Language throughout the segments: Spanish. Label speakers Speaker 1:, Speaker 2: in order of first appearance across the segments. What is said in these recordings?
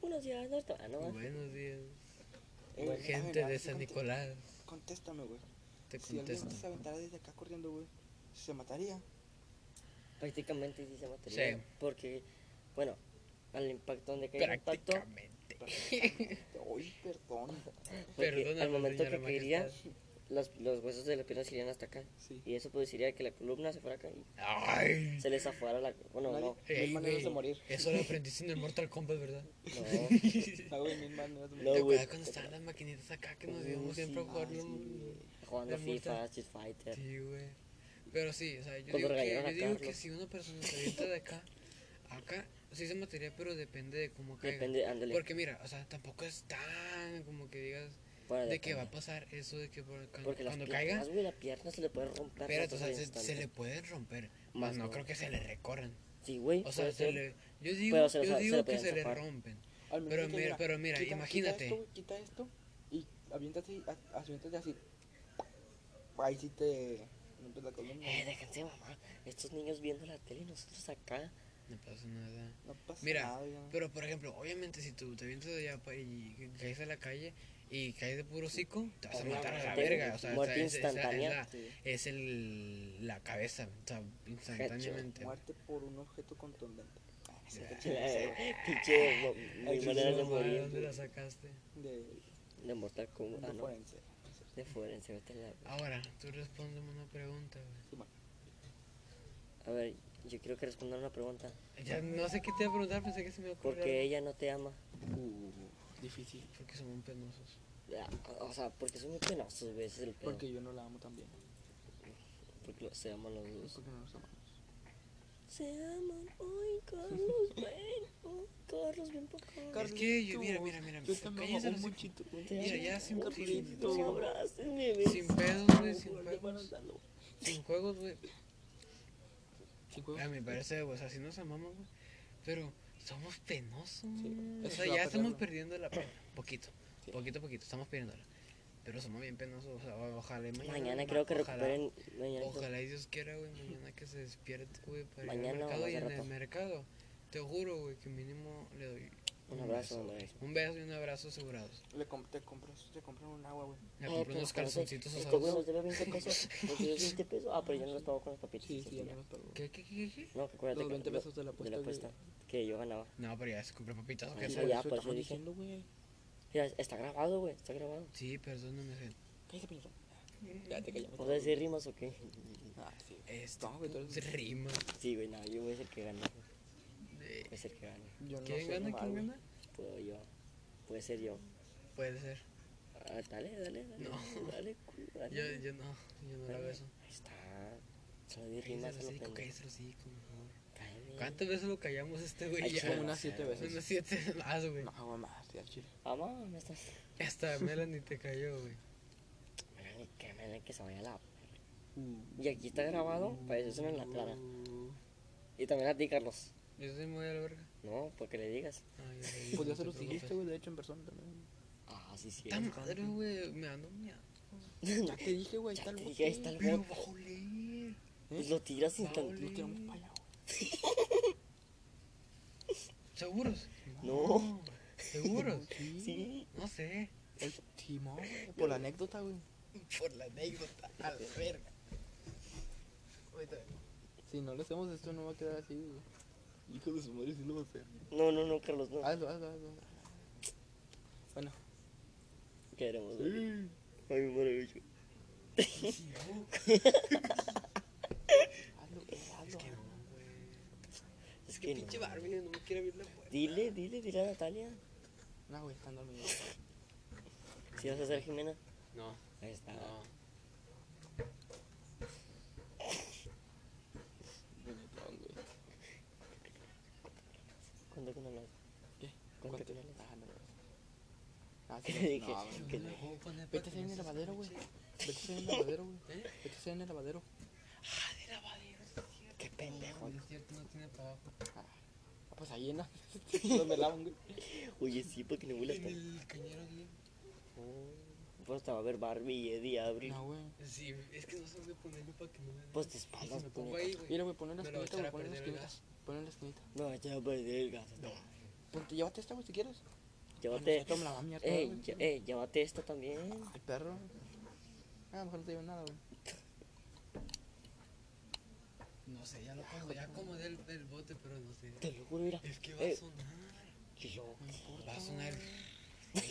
Speaker 1: buenos días, no está, ¿no?
Speaker 2: Buenos días.
Speaker 3: Eh, güey,
Speaker 2: gente
Speaker 3: a ver,
Speaker 2: de
Speaker 3: a ver,
Speaker 2: San
Speaker 3: conte-
Speaker 2: Nicolás.
Speaker 3: Contéstame, güey.
Speaker 2: Te
Speaker 3: Si alguien
Speaker 2: contesto.
Speaker 3: se aventara desde acá corriendo, güey, se mataría.
Speaker 1: Prácticamente sí se mataría.
Speaker 2: Sí.
Speaker 1: Porque, bueno, al impacto donde cae el impacto,
Speaker 2: Prácticamente.
Speaker 3: Hoy, perdón.
Speaker 1: porque
Speaker 2: Perdónanos,
Speaker 1: al momento que
Speaker 2: señora
Speaker 1: caería,
Speaker 2: majestad.
Speaker 1: los, los huesos de la pierna se irían hasta acá.
Speaker 3: Sí.
Speaker 1: Y eso produciría que la columna se fuera acá y
Speaker 2: Ay.
Speaker 1: se les zafara la. Bueno,
Speaker 3: Nadie-
Speaker 1: no,
Speaker 3: Mil
Speaker 2: Ey,
Speaker 3: maneras de
Speaker 2: güey,
Speaker 3: morir.
Speaker 2: Eso lo aprendiste en el Mortal Kombat, ¿verdad?
Speaker 1: no.
Speaker 3: No, güey, mil maneras de
Speaker 1: No,
Speaker 2: ¿Te
Speaker 3: morir.
Speaker 1: güey.
Speaker 2: acuerdas cuando estaban las maquinitas acá que nos
Speaker 1: Uh,
Speaker 2: íbamos
Speaker 1: sí,
Speaker 2: siempre a
Speaker 1: ah,
Speaker 2: jugarlo?
Speaker 1: Jugando
Speaker 2: La
Speaker 1: FIFA,
Speaker 2: multa.
Speaker 1: Street Fighter.
Speaker 2: Sí, güey. Pero sí, o sea, yo
Speaker 1: Cuando
Speaker 2: digo, que,
Speaker 1: regañaron
Speaker 2: yo
Speaker 1: a
Speaker 2: digo que
Speaker 1: Carlos.
Speaker 2: si una persona se avienta de acá, acá sí se mataría, pero depende de cómo caiga.
Speaker 1: Depende, ándale.
Speaker 2: Porque mira, o sea, tampoco es tan como que digas
Speaker 1: Bueno,
Speaker 2: de que va a
Speaker 1: Ah, depende.
Speaker 2: pasar eso de que por- cuando,
Speaker 1: Porque las
Speaker 2: cuando
Speaker 1: piernas,
Speaker 2: caiga.
Speaker 1: güey, la pierna se le puede romper.
Speaker 2: Espérate,
Speaker 1: nosotros
Speaker 2: o sea,
Speaker 1: al
Speaker 2: se,
Speaker 1: instante.
Speaker 2: se le pueden romper.
Speaker 1: Más
Speaker 2: Más no,
Speaker 1: no.
Speaker 2: creo que se le recorran.
Speaker 1: Sí, güey.
Speaker 2: O sea,
Speaker 1: puede
Speaker 2: se
Speaker 1: ser.
Speaker 2: le, yo digo,
Speaker 1: Pero se le-
Speaker 2: yo
Speaker 1: se le
Speaker 2: digo que
Speaker 1: pueden
Speaker 2: se le
Speaker 1: zafar.
Speaker 2: rompen.
Speaker 3: Al menos
Speaker 2: Pero
Speaker 3: de que,
Speaker 2: mira, pero mira,
Speaker 3: quita-
Speaker 2: imagínate.
Speaker 3: Quita esto, güey, quita esto y aviéntate, a- aviéntate así. Ahí sí te rompes la columna.
Speaker 1: Eh, déjense, mamá. Estos niños viendo la tele y nosotros acá.
Speaker 2: No pasa nada.
Speaker 3: No pasa
Speaker 2: Mira,
Speaker 3: nada, ya.
Speaker 2: pero por ejemplo, obviamente si tú te vienes de allá pa- y caes a la calle y caes de puro hocico, te vas a matar a la
Speaker 1: Obviamente,
Speaker 2: verga. O sea,
Speaker 1: muerte
Speaker 2: es, es la- es
Speaker 1: instantánea.
Speaker 2: la,
Speaker 3: Sí.
Speaker 2: es el, la cabeza, o sea, instantáneamente.
Speaker 3: Muerte por un objeto contundente. Ah, sí,
Speaker 1: Pinche. mo-
Speaker 3: Ay,
Speaker 1: Mi
Speaker 3: qué
Speaker 1: manera de
Speaker 2: mamá,
Speaker 1: morir.
Speaker 2: ¿Dónde la sacaste?
Speaker 3: De,
Speaker 1: güey. De mortal como.
Speaker 3: de
Speaker 1: Ah, no.
Speaker 3: forense.
Speaker 1: De forense, vete a la.
Speaker 2: Ahora, tú respóndeme una pregunta. güey.
Speaker 3: Sí, bueno.
Speaker 1: A ver, yo quiero que respondan una pregunta.
Speaker 2: Ya no sé qué te iba a preguntar, pensé que se me
Speaker 1: ¿Por
Speaker 2: ocurrió.
Speaker 1: qué ella no te ama?
Speaker 3: Uh, difícil.
Speaker 2: Porque son muy penosos.
Speaker 1: Ah, O sea, porque son muy penosos, güey. Ese es el pedo.
Speaker 3: Porque yo no la amo también.
Speaker 1: Porque lo- se aman los dos.
Speaker 3: Porque no nos amamos.
Speaker 1: Se aman. Ay, Carlos, ven. Oh, Carlos, ven por acá.
Speaker 2: Es que yo- mira, mira, mira,
Speaker 3: Yo también
Speaker 2: cállese
Speaker 3: amo
Speaker 2: los hocico.
Speaker 3: muchito.
Speaker 2: Mira, ya sin, sin, sin,
Speaker 3: Carlito.
Speaker 1: abraces, mi bebé.
Speaker 2: sin pedos, güey, sin
Speaker 3: Gordo,
Speaker 2: juegos.
Speaker 3: mandándalo.
Speaker 2: Sin juegos, güey.
Speaker 3: Sí, güey.
Speaker 1: Ah,
Speaker 2: A mi parece, güey, o sea, sí nos amamos, güey. Pero somos penosos.
Speaker 3: Sí,
Speaker 2: O
Speaker 3: eso
Speaker 2: sea,
Speaker 3: se va
Speaker 2: ya
Speaker 3: a
Speaker 2: estamos
Speaker 3: perderlo.
Speaker 2: perdiendo la pena. Poquito,
Speaker 3: Sí.
Speaker 2: poquito, poquito, estamos perdiéndola. Pero somos bien penosos, o sea, o- ojalá y mañana.
Speaker 1: Mañana creo que
Speaker 2: ojalá-
Speaker 1: recuperen. Mañana.
Speaker 2: Ojalá y Dios quiera, güey, mañana que se despierte, güey, para ir al
Speaker 1: Mañana o
Speaker 2: mercado.
Speaker 1: más
Speaker 2: Y
Speaker 1: de
Speaker 2: en el
Speaker 1: rato.
Speaker 2: mercado, te juro, güey, que mínimo le doy
Speaker 1: Un abrazo, un
Speaker 2: güey.
Speaker 1: abrazo.
Speaker 2: Un beso y un abrazo asegurados.
Speaker 3: Le comp- te compras, te compran un agua, güey.
Speaker 2: Me
Speaker 1: Eh,
Speaker 2: compré
Speaker 1: pero
Speaker 2: unos
Speaker 1: espérate,
Speaker 2: calzoncitos
Speaker 1: el
Speaker 2: usados.
Speaker 1: cobro Este nos debe 20 pesos. Nos debe 20 pesos. Ah, pero yo no los pago con los papeles.
Speaker 3: Sí, sí, ya
Speaker 1: ya.
Speaker 3: no los pago.
Speaker 2: ¿Qué, qué, qué, qué?
Speaker 1: No, que acuérdate
Speaker 3: Los 20
Speaker 1: que-
Speaker 3: pesos de la apuesta,
Speaker 1: que yo ganaba.
Speaker 2: No, pero ya se compró papitas. ¿o
Speaker 1: Ah,
Speaker 2: qué?
Speaker 1: sí,
Speaker 3: Por
Speaker 1: ya,
Speaker 3: eso
Speaker 1: por
Speaker 3: estamos
Speaker 1: eso dije.
Speaker 3: diciendo, güey.
Speaker 1: Mira, está grabado, güey. Está grabado.
Speaker 2: Sí, perdóname, gente.
Speaker 3: Cállate, Pinito. Ya te callamos.
Speaker 1: O sea, si rimas o qué.
Speaker 3: Ah, sí.
Speaker 2: Esto
Speaker 3: No, güey, tú eres-
Speaker 2: rima.
Speaker 1: Sí, güey, no, yo voy a ser el que gane. güey. Voy a ser el que gane.
Speaker 3: Yo no
Speaker 2: ¿Quién
Speaker 3: soy
Speaker 2: gana?
Speaker 3: normal,
Speaker 2: ¿Quién
Speaker 3: güey.
Speaker 2: gana?
Speaker 1: Puedo yo. Puede ser yo.
Speaker 2: Puede ser.
Speaker 1: Ah, dale, dale, dale.
Speaker 2: No.
Speaker 1: Dale, cu- dale.
Speaker 2: Yo, yo no, yo no la
Speaker 1: Dale.
Speaker 2: beso.
Speaker 1: Ahí está. Solo di rimas
Speaker 2: Cállese
Speaker 1: a
Speaker 2: el
Speaker 1: lo
Speaker 2: hocico,
Speaker 1: pendejo.
Speaker 2: cállese el hocico, mejor.
Speaker 1: Cállate.
Speaker 2: ¿Cuántas veces lo callamos a este güey?
Speaker 1: Ay,
Speaker 2: Ya,
Speaker 3: Como unas 7 veces.
Speaker 2: unas siete más, güey.
Speaker 3: No, güey, más, ya, chile.
Speaker 1: Mamá, ¿dónde Ah, estás?
Speaker 2: Hasta Melanie te cayó, güey.
Speaker 1: Melanie, que Melanie, que se vaya la...
Speaker 3: Uh,
Speaker 1: Y aquí está grabado para decírselo en la clara.
Speaker 3: uh.
Speaker 1: Y también a ti, Carlos.
Speaker 2: Yo soy muy a la verga.
Speaker 1: No, porque le digas.
Speaker 2: Ay,
Speaker 3: Pues ya se
Speaker 2: no
Speaker 3: lo
Speaker 2: te
Speaker 3: dijiste,
Speaker 2: preocupes.
Speaker 3: güey, de hecho, en persona también.
Speaker 1: Ah, sí, sí.
Speaker 2: Esta madre, güey, me ando miedo.
Speaker 3: Ya te dije, güey,
Speaker 1: Ya
Speaker 3: está el
Speaker 1: te
Speaker 3: bote.
Speaker 1: dije, ahí está el
Speaker 2: Pero
Speaker 1: bote.
Speaker 2: va a oler.
Speaker 1: Y Pues lo tiras
Speaker 2: Va a
Speaker 1: instantáneo.
Speaker 2: oler.
Speaker 3: Nos tiramos para allá, güey.
Speaker 2: ¿Seguros?
Speaker 1: No.
Speaker 2: ¿Seguros?
Speaker 3: Sí.
Speaker 1: Sí.
Speaker 2: No sé.
Speaker 3: El timón, güey, por la anécdota, güey.
Speaker 2: Por la anécdota, a la verga. Ahorita vengo.
Speaker 3: Si no lo hacemos, esto no va a quedar así, güey. Hijo de su madre, sí lo va a hacer.
Speaker 1: No, no, no, Carlos,
Speaker 2: Ah,
Speaker 1: no.
Speaker 3: Hazlo, hazlo, hazlo. Bueno.
Speaker 1: Queremos. güey. Ay, mi maravilloso.
Speaker 3: Hazlo, güey, hazlo.
Speaker 2: que no,
Speaker 3: hazlo.
Speaker 2: güey.
Speaker 1: Es
Speaker 2: Qué
Speaker 1: que
Speaker 2: pinche
Speaker 1: no.
Speaker 2: Barbie, no me quiere abrir la puerta.
Speaker 1: Dile, dile, dile a Natalia.
Speaker 3: No, güey, están dormidos.
Speaker 1: Si vas a ser Jimena.
Speaker 2: No,
Speaker 1: Ahí está.
Speaker 2: no.
Speaker 3: Bonitón, güey.
Speaker 1: ¿Cuándo que no lo hago?
Speaker 3: ¿Qué?
Speaker 1: ¿Cuánto
Speaker 3: ¿Cuánto?
Speaker 1: te vale?
Speaker 3: Ah, no, no. Ah,
Speaker 1: ¿Qué
Speaker 3: sí,
Speaker 1: le
Speaker 3: no,
Speaker 1: dije?
Speaker 3: no, no.
Speaker 1: Que no.
Speaker 3: Vete a hacer en el lavadero, güey. Vete a hacer en el lavadero, güey.
Speaker 2: ¿Eh?
Speaker 3: Vete a hacer en el lavadero.
Speaker 2: Ah, de lavadero, es cierto.
Speaker 1: Qué pendejo.
Speaker 2: Es cierto, no tiene trabajo.
Speaker 3: Ah, pues ahí en la... donde lavan, güey.
Speaker 1: Oye, sí, porque no vuelas
Speaker 2: En
Speaker 1: tan.
Speaker 2: el cañero, güey.
Speaker 3: Oh.
Speaker 1: Pues te va a ver Barbie y Eddie Abril.
Speaker 3: No, güey.
Speaker 2: Sí, es que no sé dónde ponerlo para que no me...
Speaker 1: Pues te espaldas,
Speaker 2: pagas. me pongo ahí, güey.
Speaker 3: Mira, güey, ponle en la
Speaker 2: Me lo voy a
Speaker 3: esquinita, güey,
Speaker 2: echar a
Speaker 3: ponle en la
Speaker 2: perder el
Speaker 3: esquinita. Ponle en la esquinita.
Speaker 1: No, ya voy a perder el gato.
Speaker 3: Ponte, llévate esta, güey, si quieres.
Speaker 1: llévate.
Speaker 3: Nosotros me la va a miar toda,
Speaker 1: Ey,
Speaker 3: güey.
Speaker 1: lle- ey, llévate esta también.
Speaker 3: El perro. Ah, a lo mejor no te llevan nada, güey.
Speaker 2: No sé, ya lo pongo, ya como el, el bote, pero no sé.
Speaker 1: Te lo juro, mira.
Speaker 2: Es que va a
Speaker 1: Eh.
Speaker 2: sonar.
Speaker 1: Qué loco.
Speaker 2: No importa. Va a sonar.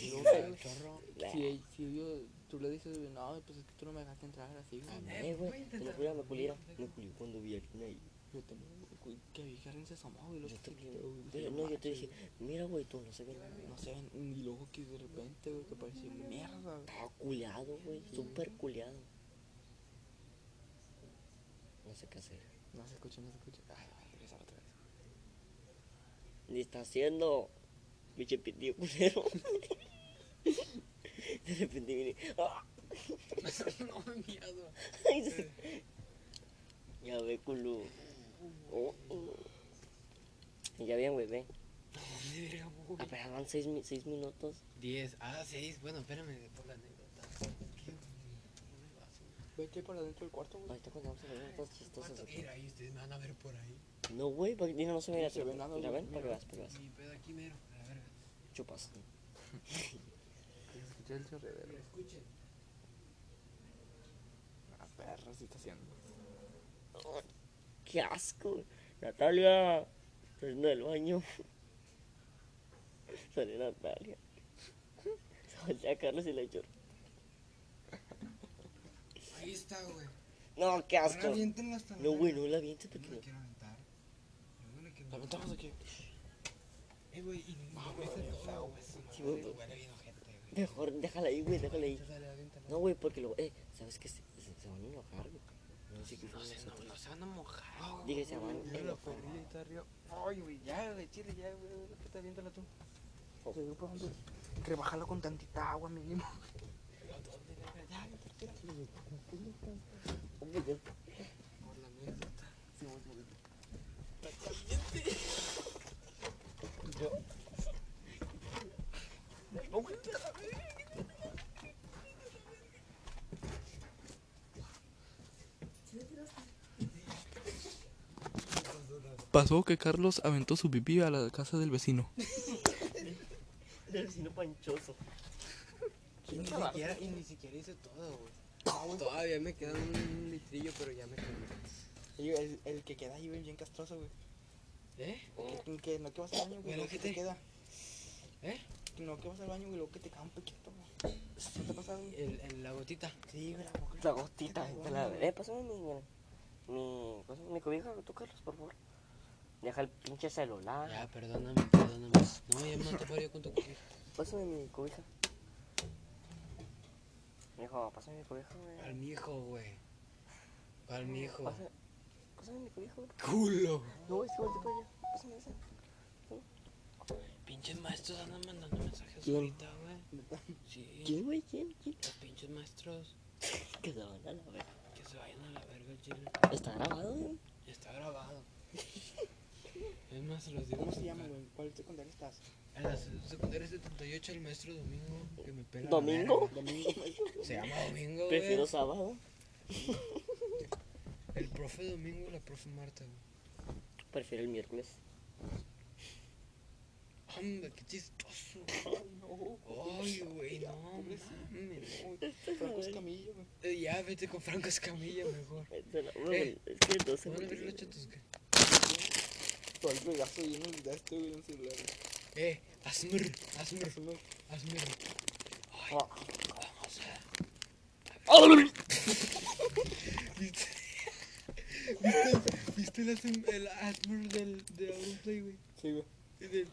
Speaker 3: Y luego,
Speaker 2: el chorro.
Speaker 3: Si, si yo, tú le dices, güey, no, pues es que tú no me dejaste entrar así, güey.
Speaker 1: Eh, güey, te lo juro, me culieron. Me culió cuando vi al Knight.
Speaker 3: Yo también, güey, que vi que alguien se asomó, güey, lo
Speaker 1: Yo
Speaker 3: que
Speaker 1: te,
Speaker 3: se vio, güey,
Speaker 1: güey,
Speaker 3: dije,
Speaker 1: no, yo te
Speaker 3: manches,
Speaker 1: dije, mira, güey, tú no sé qué.
Speaker 3: güey, No sé, y luego que de repente, güey, que parecía mierda, güey.
Speaker 1: Estaba culeado, güey, súper culeado. No sé qué hacer.
Speaker 3: No se escucha, no se escucha. Ay, voy a regresar otra vez.
Speaker 1: Ni está haciendo. Biche pintillo culero. De repente viene. ¡ah!
Speaker 2: no, miedo.
Speaker 1: Ay, sí. Ya ve, culo. Oh, oh. Y Ya bien, güey, ve. Apenas van seis, mi- seis minutos.
Speaker 2: 10, ah, 6. Bueno, espérame por la anécdota. ¿Qué? No me va a sonar.
Speaker 3: Vete para dentro del cuarto, güey.
Speaker 1: Ahorita contamos anécdotas chistosas.
Speaker 2: ¿Cuánto?
Speaker 1: ¿ok?
Speaker 2: Mira, ahí ustedes me van a ver por ahí.
Speaker 1: No, güey, porque no se ve
Speaker 3: No
Speaker 1: la
Speaker 3: se ve nada,
Speaker 1: Mira,
Speaker 3: güey,
Speaker 1: ven, para que
Speaker 3: mira.
Speaker 1: veas, para que veas.
Speaker 2: Mi pedo aquí mero, a la verga.
Speaker 1: Chupas.
Speaker 3: Escuché el chorreadero.
Speaker 2: Pero escuchen.
Speaker 3: Ah, perra, sí está haciendo.
Speaker 1: Oh, ¡Qué asco! Natalia, saliendo del baño. Salió Natalia. Se voltea a Carlos y le lloró.
Speaker 2: Ahí está, güey.
Speaker 1: No, qué
Speaker 2: Ahora
Speaker 1: asco.
Speaker 2: aviéntenlo hasta la
Speaker 1: No, güey,
Speaker 2: verga.
Speaker 1: no la avientes
Speaker 2: Yo no
Speaker 1: porque
Speaker 2: la quiero aventar. Yo no la quiero
Speaker 3: ¿La ventana de qué?
Speaker 2: Eh, güey, y no me
Speaker 3: huele
Speaker 2: todo,
Speaker 3: feo,
Speaker 2: güey. Su
Speaker 1: Sí,
Speaker 2: madre,
Speaker 1: güey.
Speaker 2: Huele bien ojete, güey.
Speaker 1: Mejor déjala ahí, güey, déjala ahí.
Speaker 2: Ahorita sale, aviéntala.
Speaker 1: No, güey, porque luego, eh, ¿sabes qué? Se, se- se van a enojar, güey. No sé qué
Speaker 2: No
Speaker 1: fue
Speaker 2: sé, no,
Speaker 1: nosotros.
Speaker 2: no se van a mojar.
Speaker 1: Dije, se van a
Speaker 3: Yo la
Speaker 1: enojar.
Speaker 3: perrilla y está arriba. Ay, güey, ya, güey, chile, ya, güey, güey, ¿qué estás viéndola tú? Se dio por dónde. Rebájalo con tantita agua, mínimo. Ya, ya, tranquila.
Speaker 2: Por la anécdota.
Speaker 3: Sí, voy, voy.
Speaker 4: Pasó que Carlos aventó su pipí a la casa del vecino.
Speaker 1: Del vecino panchoso.
Speaker 2: Y ni siquiera, y ni siquiera hice todo, güey.
Speaker 1: Ah,
Speaker 2: Todavía me queda un litrillo, pero ya me quemé.
Speaker 3: Y El, el que queda ahí, güey, bien castroso, güey.
Speaker 2: ¿Eh?
Speaker 3: Que, que no que vas al baño, güey,
Speaker 2: Bueno,
Speaker 3: luego que te
Speaker 2: ojete.
Speaker 3: queda.
Speaker 2: ¿Eh?
Speaker 3: Que No que vas al baño, güey, luego que te cae un pequito, güey. ¿No te pasa, güey?
Speaker 2: El, el- la gotita.
Speaker 3: Sí, güey, la boca.
Speaker 1: Ah. La gotita, gente. La... Eh, pásame mi. Mi. Pásame mi cobija, tú, Carlos, por favor. Deja el pinche celular.
Speaker 2: Ya, perdóname, perdóname. No me llaman a yo con tu cubija.
Speaker 1: Pásame mi cobija. Mijo, pásame mi cobija, güey.
Speaker 2: Al mijo, güey. Al mijo.
Speaker 1: Pasa- Pásame mi cobija, güey.
Speaker 2: Culo.
Speaker 1: No, es que volteé para allá. Pásame esa.
Speaker 2: Pinches maestros andan mandando mensajes
Speaker 1: ¿Quién?
Speaker 2: ahorita, güey. Sí.
Speaker 1: ¿Quién, güey? ¿Quién? ¿Quién?
Speaker 2: Los pinches maestros.
Speaker 1: Que se van a la verga.
Speaker 2: Que se vayan a la verga, el chile.
Speaker 1: Está grabado, güey.
Speaker 2: Está grabado. Es más, se los digo.
Speaker 3: ¿Cómo se llama, güey? ¿Cuál secundaria estás?
Speaker 2: En la se- secundaria 78, el maestro Domingo. Que me pela la
Speaker 1: ¿Domingo?
Speaker 3: Domingo.
Speaker 2: verga. Se llama Domingo,
Speaker 1: Prefiero
Speaker 2: güey.
Speaker 1: sábado.
Speaker 2: El profe Domingo, la profe Marta, güey.
Speaker 1: Prefiero el miércoles.
Speaker 2: Hombre, qué chistoso.
Speaker 3: No,
Speaker 2: Ay, güey, no mames.
Speaker 3: Franco Escamilla, güey.
Speaker 2: Eh, Ya, vete con Franco Escamilla mejor.
Speaker 1: Eh, de la- güey,
Speaker 2: Eh,
Speaker 1: Es que no se
Speaker 2: Van a ver
Speaker 1: me-
Speaker 2: los chatos que-
Speaker 3: Todo el pedazo lleno de este, güey, en celular.
Speaker 2: Eh, Asmr, Asmr,
Speaker 3: Es uno
Speaker 2: Asmr. Ay,
Speaker 1: Ah.
Speaker 2: vamos a. ¿Viste? ¿Viste, viste el, Asm- el Asmr del, de Auronplay, güey?
Speaker 3: Sí, güey.
Speaker 2: Y del-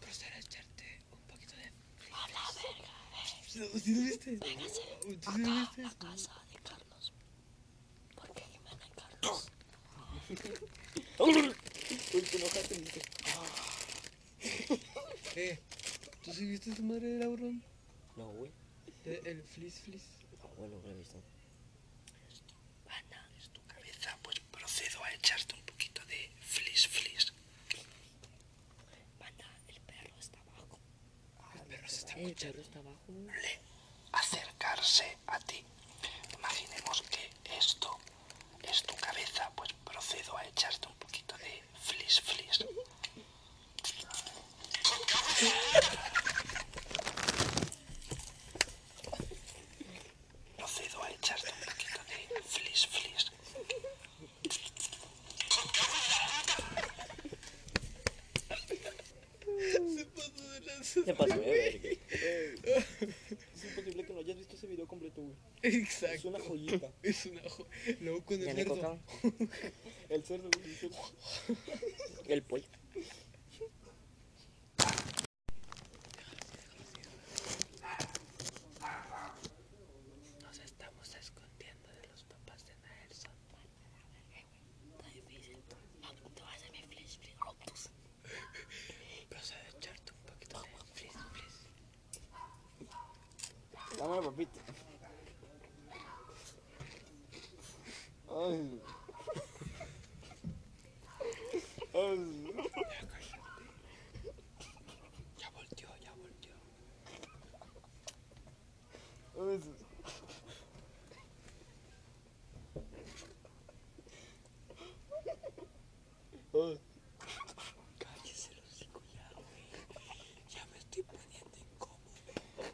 Speaker 2: Proceder a echarte un poquito de. ¡Habla, verga! ¿Sí lo viste? eh. ¿Sí lo viste?
Speaker 3: Uy, te enojaste, dice.
Speaker 2: Eh, ¿tú sí viste esa madre del Auron?
Speaker 1: No, güey.
Speaker 2: Eh, El Flis Flis.
Speaker 1: No, güey, no lo he visto.
Speaker 2: tu cabeza, pues procedo a echarte un poquito de flis flis.
Speaker 1: Banda, el perro está abajo.
Speaker 2: El perro se está
Speaker 1: Eh, El perro está abajo, güey.
Speaker 5: acercarse a ti. Imaginemos que esto es tu cabeza, pues procedo a echarte un poquito de flis flis.
Speaker 1: Se pasó de verga.
Speaker 3: Es imposible que no hayas visto ese video completo, güey.
Speaker 6: Exacto.
Speaker 3: Es una joyita.
Speaker 6: Es una jo- Luego con
Speaker 1: Ya
Speaker 6: el
Speaker 1: me
Speaker 6: cerdo.
Speaker 1: cocaban.
Speaker 3: El cerdo, güey. el cerdo.
Speaker 1: El pollo.
Speaker 7: Nos estamos escondiendo de los papás de Nelson. Está difícil. Te vas a mi flash, flash, Procede a echarte un poquito de flis, flis.
Speaker 3: Dame papita. Ay. Ay.
Speaker 7: Ya volteó, ya volteó.
Speaker 3: Ay. Ay.
Speaker 7: Cállese el hocico ya, güey. Ya me estoy poniendo incómodo.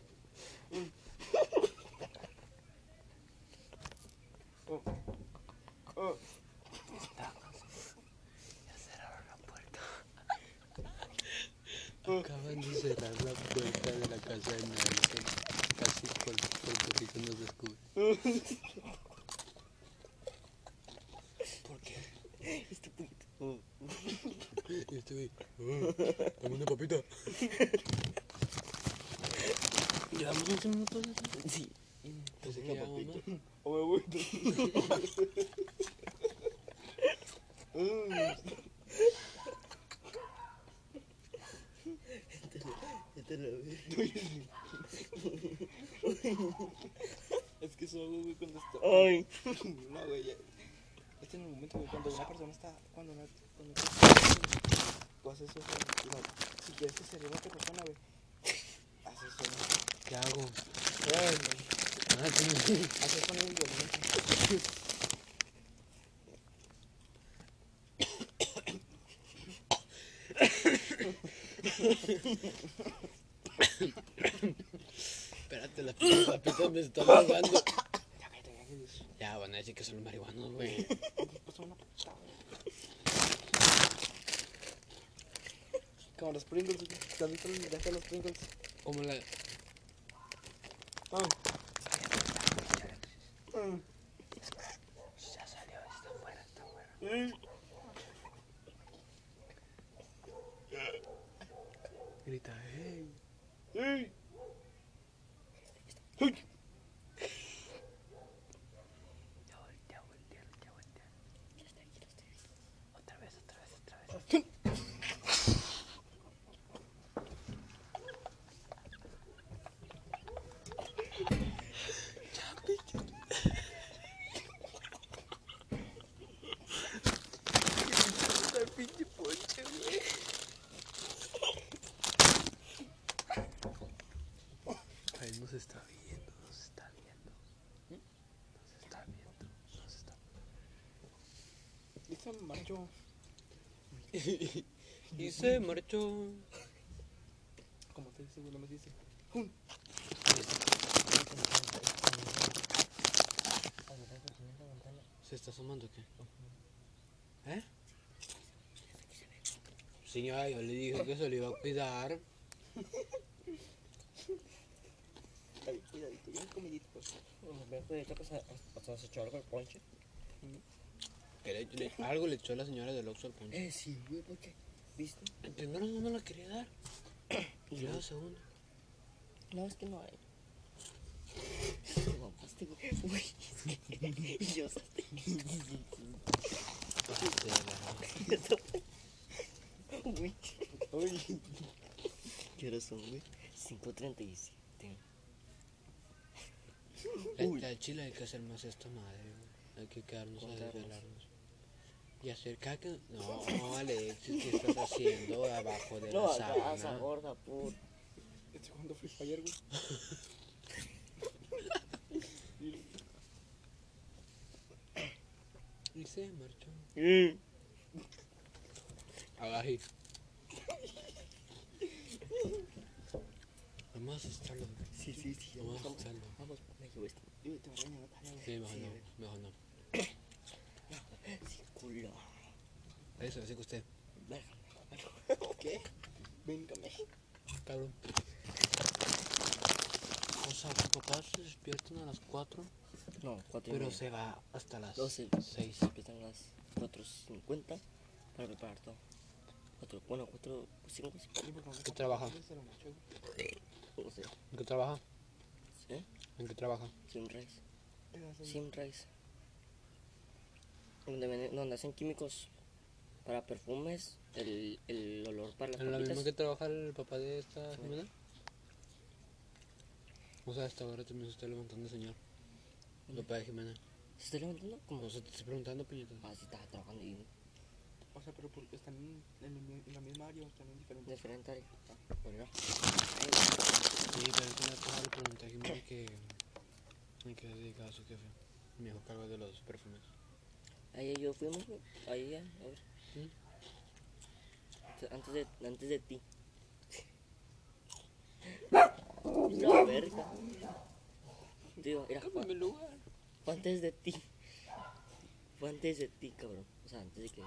Speaker 3: Ay.
Speaker 7: Ya cerraron la puerta.
Speaker 2: Acaban de cerrar la puerta de la casa de Nelson. Casi por Puerto Rico nos descubre. Este ¿Por qué? Este poquito. Este güey. Dame una papita.
Speaker 8: Llevamos 11 minutos.
Speaker 1: Sí.
Speaker 2: Pensé que llevaba más.
Speaker 3: O me voy. Ay. Es que eso hago, güey, cuando está.
Speaker 1: Ay.
Speaker 3: No, güey. ya. Este es el momento, güey, cuando una persona está. Cuando una. Cuando una tú haces eso, güey. y la- Si quieres que se ría la otra persona, güey. Haces eso.
Speaker 2: ¿Qué hago?
Speaker 3: ¿no? Ay, güey,
Speaker 2: Ah, sí.
Speaker 3: Haces con el violento.
Speaker 2: Espérate, las pitas, las pitas me están ahogando.
Speaker 3: Ya, cállate, ya, que es-
Speaker 2: Ya, van a decir que son los marihuanos, güey.
Speaker 3: Pasó una puta, güey. Como los Pringles, güey. ¿Te has visto el video de los Pringles?
Speaker 2: Como la.
Speaker 7: Ya salió, está fuera, está fuera.
Speaker 3: Mm.
Speaker 2: Grita, eh.
Speaker 3: ¡Ey!
Speaker 7: Ya volteó, ya voltearon, ya voltearon. Otra vez, otra vez, otra vez.
Speaker 2: Ahí nos está viendo.
Speaker 7: Nos está viendo. Nos está viendo. Nos está
Speaker 3: Y se marchó.
Speaker 2: Y se marchó.
Speaker 3: Como te dice, güey, no me dice.
Speaker 2: ¿Se está asomando o qué? ¿Eh? Señora, yo le dije que se lo iba a cuidar.
Speaker 3: Está bien, cuidadito, bien comidito. pues.
Speaker 1: ¿Hasta nos echó algo el ponche?
Speaker 2: Que le- le- algo le echó la señora del Oxford Punch.
Speaker 1: Eh, sí, güey, ¿por qué? ¿Viste?
Speaker 2: El Eh, primero no me la quería dar. Y luego el segundo.
Speaker 1: No, es que no hay. Te mamaste, güey. Uy, es que- Y yo salté. Uy.
Speaker 3: Uy,
Speaker 1: ¿Qué horas son, güey? 5.37.
Speaker 2: La,
Speaker 1: Uy.
Speaker 2: la chila hay que hacer más esta madre, güey. Hay que quedarnos a
Speaker 1: Juntarnos.
Speaker 2: desvelarnos. Y hacer caca. No, Alexis, ¿qué estás haciendo abajo de
Speaker 1: No,
Speaker 2: la
Speaker 1: casa,
Speaker 2: sábana?
Speaker 1: gorda, puta.
Speaker 3: estoy jugando Free Fire, güey.
Speaker 2: Y se marchó.
Speaker 1: Mm.
Speaker 2: Abajo. Vamos a asustarlo. güey.
Speaker 1: Sí, sí, sí. ya
Speaker 2: Vamos a
Speaker 1: vamos.
Speaker 2: asustarlo.
Speaker 1: Vamos, me llevo esto.
Speaker 3: Y te va a regañar, Natalia, güey.
Speaker 2: Sí, mejor
Speaker 1: Sí,
Speaker 2: no,
Speaker 1: güey.
Speaker 2: mejor no.
Speaker 1: Sí, culo.
Speaker 2: Eso, así que usted.
Speaker 1: Verga.
Speaker 3: ¿Qué? Venga, México.
Speaker 2: cabrón. O sea, tus papás se despiertan a las 4,
Speaker 1: No, cuatro y
Speaker 2: pero
Speaker 1: media.
Speaker 2: se va hasta las
Speaker 1: 12.
Speaker 2: 6.
Speaker 1: Empiezan las 4.50 para preparar todo. Cuatro- bueno, 4, 5,
Speaker 2: ¿Qué trabaja?
Speaker 1: no sé.
Speaker 2: ¿En qué trabaja?
Speaker 1: ¿Eh?
Speaker 2: ¿En qué trabaja?
Speaker 1: Simrace. Simrace. Donde, venden- donde hacen químicos para perfumes, el, el olor para las
Speaker 2: ¿En la misma
Speaker 1: papitas.
Speaker 2: que trabaja el papá de esta
Speaker 1: Sí.
Speaker 2: Jimena? O sea, hasta ahora también se está levantando el señor. El papá de Jimena.
Speaker 1: ¿Se está levantando? Como...
Speaker 2: No, se te estoy preguntando, puñetas.
Speaker 1: Ah, sí, estaba trabajando y
Speaker 3: O sea, pero por- están en, en- en la misma área o están en diferentes.
Speaker 1: diferente área. Por allá.
Speaker 2: Sí, pero es una cosa le pregunté a Jimena que. ¿En qué se dedicaba su jefe? Me dijo que algo de los perfumes.
Speaker 1: Ahí yo fuimos, güey. ahí ya, a ver.
Speaker 2: Sí.
Speaker 1: Antes- Antes de, antes de ti. La verga. Digo, era Juan,
Speaker 2: lugar!
Speaker 1: fue antes de ti. Fue antes de ti, cabrón. O sea, antes de que.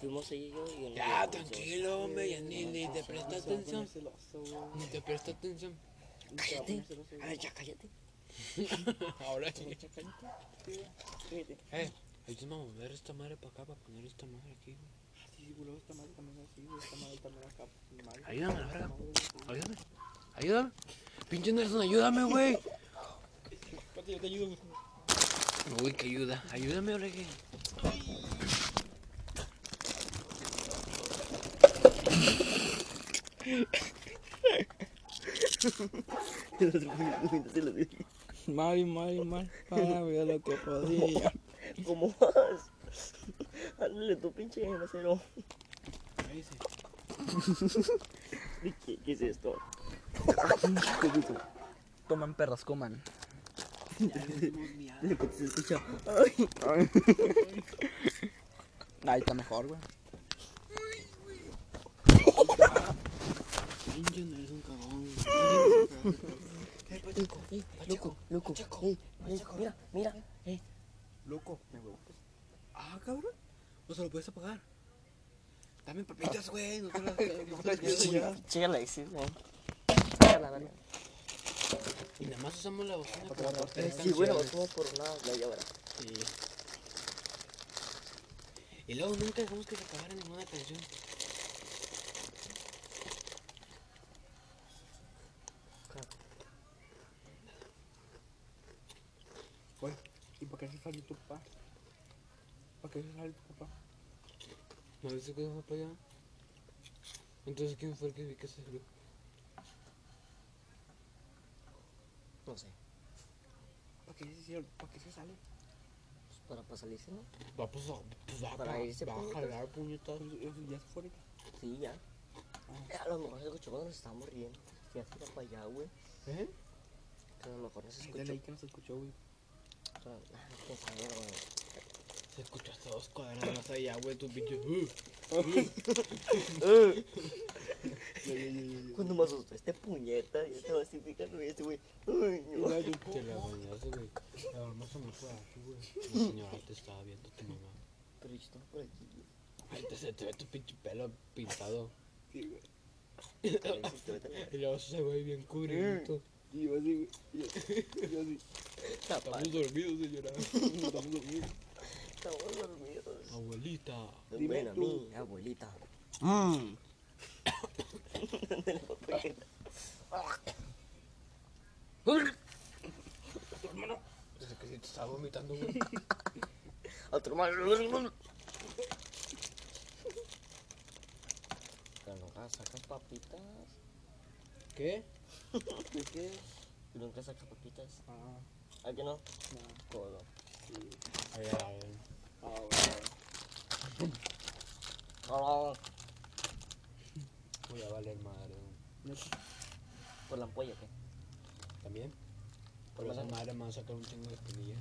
Speaker 1: Fuimos ella y yo y pues, yo no-
Speaker 2: Ya,
Speaker 1: yo-
Speaker 2: tranquilo, hombre, ya ni, ni te presta
Speaker 3: Se va a
Speaker 2: atención.
Speaker 3: poner celoso, güey.
Speaker 2: Ni te presta atención.
Speaker 3: Se va a
Speaker 1: Cállate.
Speaker 3: poner celoso,
Speaker 1: A
Speaker 3: güey.
Speaker 1: ver, ya cállate.
Speaker 2: Ahora sí.
Speaker 1: Cállate.
Speaker 2: Eh, ayúdame a mover esta madre para acá, para poner esta madre aquí. güey.
Speaker 3: Sí, güey, luego esta madre también así, güey, esta madre también acá, madre.
Speaker 2: Ayúdame, la verga.
Speaker 3: Madre, güey.
Speaker 2: Ayúdame. Ayúdame. Pinche Nelson, ayúdame, güey.
Speaker 3: Espérate, yo te ayudo, güey.
Speaker 2: Uy, que ayuda. Ayúdame, Olegue.
Speaker 3: Mari, Mari, Mari, para ver Ah, lo que podía.
Speaker 1: ¿Cómo vas? Ándale tu pinche mesero. ¿Qué, ¿Qué es esto?
Speaker 3: Toman perras, coman.
Speaker 1: De repente se escucha.
Speaker 3: Ahí está mejor, güey.
Speaker 2: Pinche Nelson, cabrón.
Speaker 1: Ey, loco, loco. Ey, ey, mira, mira. Ey,
Speaker 3: Loco, me voy.
Speaker 2: Ah, cabrón. O sea, lo puedes apagar. Dame papitas, güey. No te las no te las pidas allá.
Speaker 1: Chécala, sí, güey.
Speaker 2: Y nada más usamos la bocina para
Speaker 1: Sí, bueno, vamos por una media hora.
Speaker 2: este. Y luego nunca dejamos que se acabara ninguna canción.
Speaker 3: Güey, Pues, ¿y para qué se salió tu papá? ¿Para qué se salió tu papá?
Speaker 2: ¿No viste que se fue para allá? Entonces, ¿quién fue el que vi que se salió?
Speaker 1: No sé.
Speaker 3: ¿Para qué se hicieron? ¿Para qué se sale?
Speaker 1: Pues para, para salirse, ¿no?
Speaker 2: Va, pues, a- pues va,
Speaker 1: Para
Speaker 2: a-
Speaker 1: irse,
Speaker 2: va a
Speaker 1: puñetas.
Speaker 2: jalar puñetas.
Speaker 3: Pues, eh, Ya se fueron.
Speaker 1: Sí, ya. Eh, A lo mejor se escuchó cuando nos estábamos riendo. Fíjate que para allá, güey.
Speaker 2: ¿Eh?
Speaker 1: Que a lo mejor no se
Speaker 3: Escuchó.
Speaker 1: escuchó.
Speaker 3: ahí que nos escuchó, güey.
Speaker 1: Ah, quién sabe, güey.
Speaker 2: Se escuchó hasta dos cuadras más allá, güey, tu pinche. Uh,
Speaker 1: Cuando me asustó este puñeta, yo estaba así picando y este güey. Ay, no.
Speaker 2: te la bañaste, güey. La mamá se me fue aquí, güey. La señora te estaba viendo tu mamá.
Speaker 1: Pero yo estaba por aquí. güey.
Speaker 2: Ay, te, se te ve tu pinche pelo pintado.
Speaker 3: Sí, güey.
Speaker 1: Pero sí, te vete a la
Speaker 2: Y luego se ve bien
Speaker 1: Mm.
Speaker 2: cubrido.
Speaker 3: Y yo así, güey. Y yo- y yo así.
Speaker 1: tapa.
Speaker 2: Estamos dormidos, señora.
Speaker 3: Estamos dormidos.
Speaker 1: Estamos dormidos.
Speaker 2: Abuelita.
Speaker 1: Dime
Speaker 3: Dime
Speaker 1: bueno, a
Speaker 3: tú.
Speaker 1: mí, abuelita.
Speaker 2: Desde que te estaba vomitando, güey.
Speaker 1: Otro más. Pero nunca sacas papitas.
Speaker 2: ¿Qué?
Speaker 3: ¿De qué?
Speaker 1: Nunca sacas papitas.
Speaker 3: Ah,
Speaker 1: ¿A que no?
Speaker 3: no.
Speaker 1: Codo.
Speaker 2: Ay, ay, ay.
Speaker 3: Ah, bueno.
Speaker 1: Ah,
Speaker 2: Voy a valer madre, güey.
Speaker 1: por la ampolla, ¿qué?
Speaker 2: ¿También? Por
Speaker 1: Por
Speaker 2: esa
Speaker 1: la-
Speaker 2: madre me va a sacar un chingo de espinillas.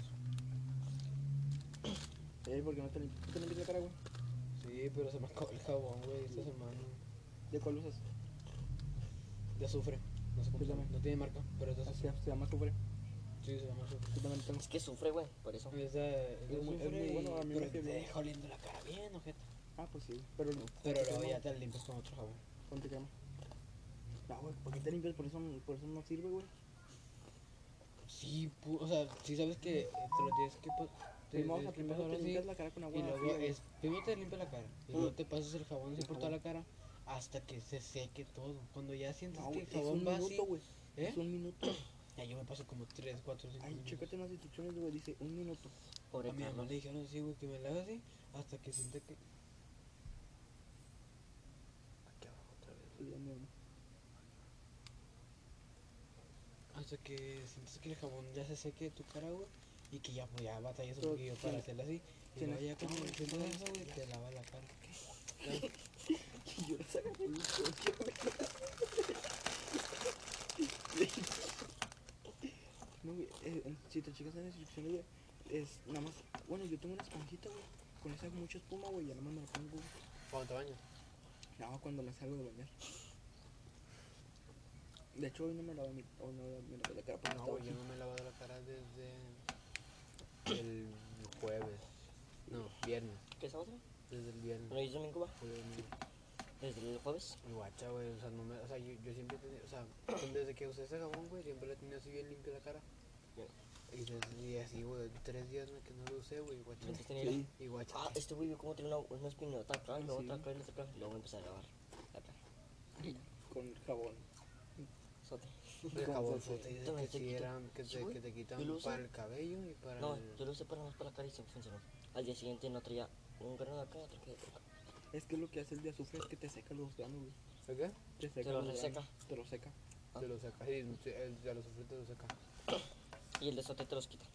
Speaker 3: Eh, porque no te lim- ¿tú te limpias la cara, güey.
Speaker 2: Sí, pero se me acabó el jabón, güey, esta semana.
Speaker 3: ¿De cuál usas?
Speaker 2: De azufre. No sé cómo se llama. No tiene marca, pero es de
Speaker 3: Así
Speaker 2: azufre.
Speaker 3: se llama sufre.
Speaker 2: Sí, se llama azufre.
Speaker 3: Yo también tengo.
Speaker 1: Es que sufre, güey, por eso.
Speaker 2: Es, de, es, de
Speaker 3: Es
Speaker 2: muy, es
Speaker 3: azufre
Speaker 2: muy
Speaker 3: y
Speaker 2: bueno, a mí me
Speaker 3: refiero.
Speaker 2: te deja oliendo la cara bien, ojete.
Speaker 3: Ah, pues sí. Pero,
Speaker 2: Pero luego ya te la limpias con otro jabón.
Speaker 3: ¿Cuánto quema? No, güey. Porque está limpio, por eso, por eso no sirve, güey.
Speaker 2: Sí, pu- o sea, si sabes que te lo tienes que po- te-
Speaker 3: Primero, o
Speaker 2: te
Speaker 3: sea,
Speaker 2: limpias
Speaker 3: primero
Speaker 2: ahora
Speaker 3: te
Speaker 2: sí,
Speaker 3: limpias la cara con agua
Speaker 2: y luego
Speaker 3: fría, güey.
Speaker 2: es, primero te limpias la cara, y luego te pasas Mm. el jabón así
Speaker 3: El
Speaker 2: por toda la cara hasta que se seque todo. Cuando ya sientes
Speaker 3: No,
Speaker 2: que
Speaker 3: güey,
Speaker 2: el
Speaker 3: es un
Speaker 2: jabón va así,
Speaker 3: minuto, güey.
Speaker 2: ¿eh?
Speaker 3: Es un minuto.
Speaker 2: Ya yo me paso como 3, 4, 5
Speaker 3: Ay, chécate en las instrucciones, güey. Dice un minuto.
Speaker 1: Pobre
Speaker 2: A mi mamá
Speaker 1: Carlos.
Speaker 2: le dijeron así, güey, que me la haga así hasta que siente que...
Speaker 3: Dios mío, no.
Speaker 2: Hasta que sientes que el jabón ya se seque de tu cara, güey, y que ya, pues, ya batallas un
Speaker 3: Pero
Speaker 2: poquillo para
Speaker 3: tiene-
Speaker 2: hacerla así. Y
Speaker 3: tiene-
Speaker 2: luego ya cuando
Speaker 3: tiene-
Speaker 2: sientes eso, güey, te lava la cara.
Speaker 3: Y yo les agarré los ojos, güey. No, güey, eh, eh, si te chicas en las instrucciones, güey, es nada más. Bueno, yo tengo una esponjita, güey. Con esa hago mucha espuma, güey. Ya nada más me la pongo, güey.
Speaker 2: Cuando te bañas.
Speaker 3: No, cuando la salgo de bañar. De hecho, hoy no me lavé mi, hoy no me lavé la cara porque
Speaker 2: No,
Speaker 3: estaba
Speaker 2: güey, yo no me he lavado la cara desde el jueves. No, viernes.
Speaker 1: ¿Qué es ahora?
Speaker 2: Desde el viernes.
Speaker 1: ¿No es domingo, va?
Speaker 2: Fue domingo.
Speaker 1: ¿Desde el jueves?
Speaker 2: Y guacha, güey, o sea, no me, o sea, yo, yo siempre he tenido, o sea, desde que usé ese jabón, güey, siempre la he tenido así bien limpia la cara. Y, desde, y así, güey, tres días no- que no lo usé, güey, guacha.
Speaker 1: ¿No te has tenido?
Speaker 3: Sí.
Speaker 2: Y guacha.
Speaker 1: Ah, este güey vio cómo tiene una, una espinota acá, y luego
Speaker 3: Sí.
Speaker 1: otra acá, y otra acá, y luego empezó a grabar. Acá,
Speaker 3: con jabón.
Speaker 1: sote.
Speaker 2: El
Speaker 3: ¿cómo
Speaker 2: jabón
Speaker 3: fue?
Speaker 2: te dice
Speaker 1: Entonces,
Speaker 2: que,
Speaker 1: te
Speaker 2: sí
Speaker 1: quito.
Speaker 2: era- que,
Speaker 1: Sí,
Speaker 2: te,
Speaker 1: güey.
Speaker 2: que te
Speaker 1: Yo lo
Speaker 2: quitan
Speaker 1: usé.
Speaker 2: para el cabello y para
Speaker 1: No,
Speaker 2: el...
Speaker 1: yo lo usé para más para la cara y se funcionó. Al día siguiente no traía un grano de acá, otro que de acá.
Speaker 3: Es que lo que hace el de azufre es que te seca los granos, güey.
Speaker 2: ¿Por qué?
Speaker 3: Te seca
Speaker 1: lo
Speaker 3: los granos,
Speaker 1: reseca.
Speaker 3: Te lo seca.
Speaker 1: Ah.
Speaker 2: Te lo saca, sí, sí, el- ya lo sufrí, te lo saca.
Speaker 1: Y el de sote te los quita.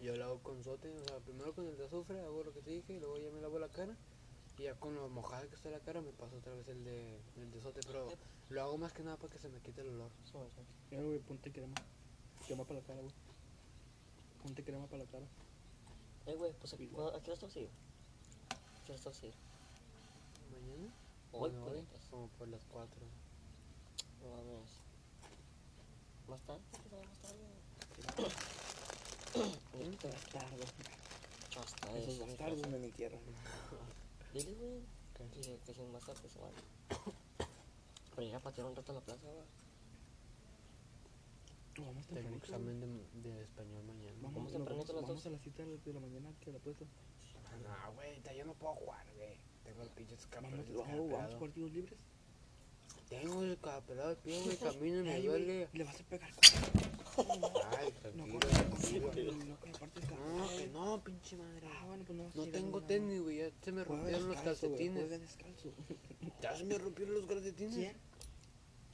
Speaker 2: Yo lo hago con sote, o sea, primero con el de azufre, hago lo que te dije, y luego ya me lavo la cara. Y ya con lo mojada que está la cara, me paso otra vez el de, el de sote, pero lo hago más que nada para que se me quite el olor.
Speaker 1: Sí, bueno, sí.
Speaker 3: Mira, güey, ponte crema. Crema para la cara, güey. Ponte crema para la cara.
Speaker 1: Eh, güey, pues aquí, bueno, aquí lo estamos siguiendo. Aquí lo estamos siguiendo.
Speaker 2: ¿Mañana?
Speaker 1: Hoy,
Speaker 2: Bueno,
Speaker 1: pues.
Speaker 2: hoy, como por las 4.
Speaker 1: No mames. Más tarde, ¿qué tal? más tarde. Ahorita,
Speaker 3: Bastardos.
Speaker 1: Hasta
Speaker 3: Esos
Speaker 1: eso.
Speaker 3: bastardos me mintieron.
Speaker 1: Dile, güey, que, que sin más tarde se van. Para ir a patear un rato a la plaza, va.
Speaker 3: Vamos
Speaker 2: Tengo
Speaker 3: tempranito. güey.
Speaker 2: examen de, de español mañana.
Speaker 1: Vamos
Speaker 3: Vamos, nos
Speaker 1: tempranito a las
Speaker 3: vamos, vamos
Speaker 1: dos.
Speaker 3: a las 7 de la mañana que la puesta.
Speaker 2: No, güey, ahorita yo no puedo jugar, güey. Tengo el pinche escapelado.
Speaker 3: Vamos, vamos, vamos, partidos libres.
Speaker 2: Tengo el escapelado al pie, güey, camino, me
Speaker 3: Ay, güey,
Speaker 2: duele.
Speaker 3: Le vas a pegar.
Speaker 2: Ay,
Speaker 3: No,
Speaker 2: tranquilo,
Speaker 3: con
Speaker 2: tranquilo.
Speaker 3: no, con la parte de acá.
Speaker 2: No, que no, pinche madre.
Speaker 3: Ah, bueno, pues no. vas a
Speaker 2: No
Speaker 3: llegar
Speaker 2: tengo
Speaker 3: mañana.
Speaker 2: tenis, güey, ya se me
Speaker 3: Juega
Speaker 2: rompieron los
Speaker 3: descalzo, güey,
Speaker 2: calcetines.
Speaker 3: juega descalzo.
Speaker 2: Ya se me rompieron los calcetines.
Speaker 3: ¿Quién?
Speaker 1: Te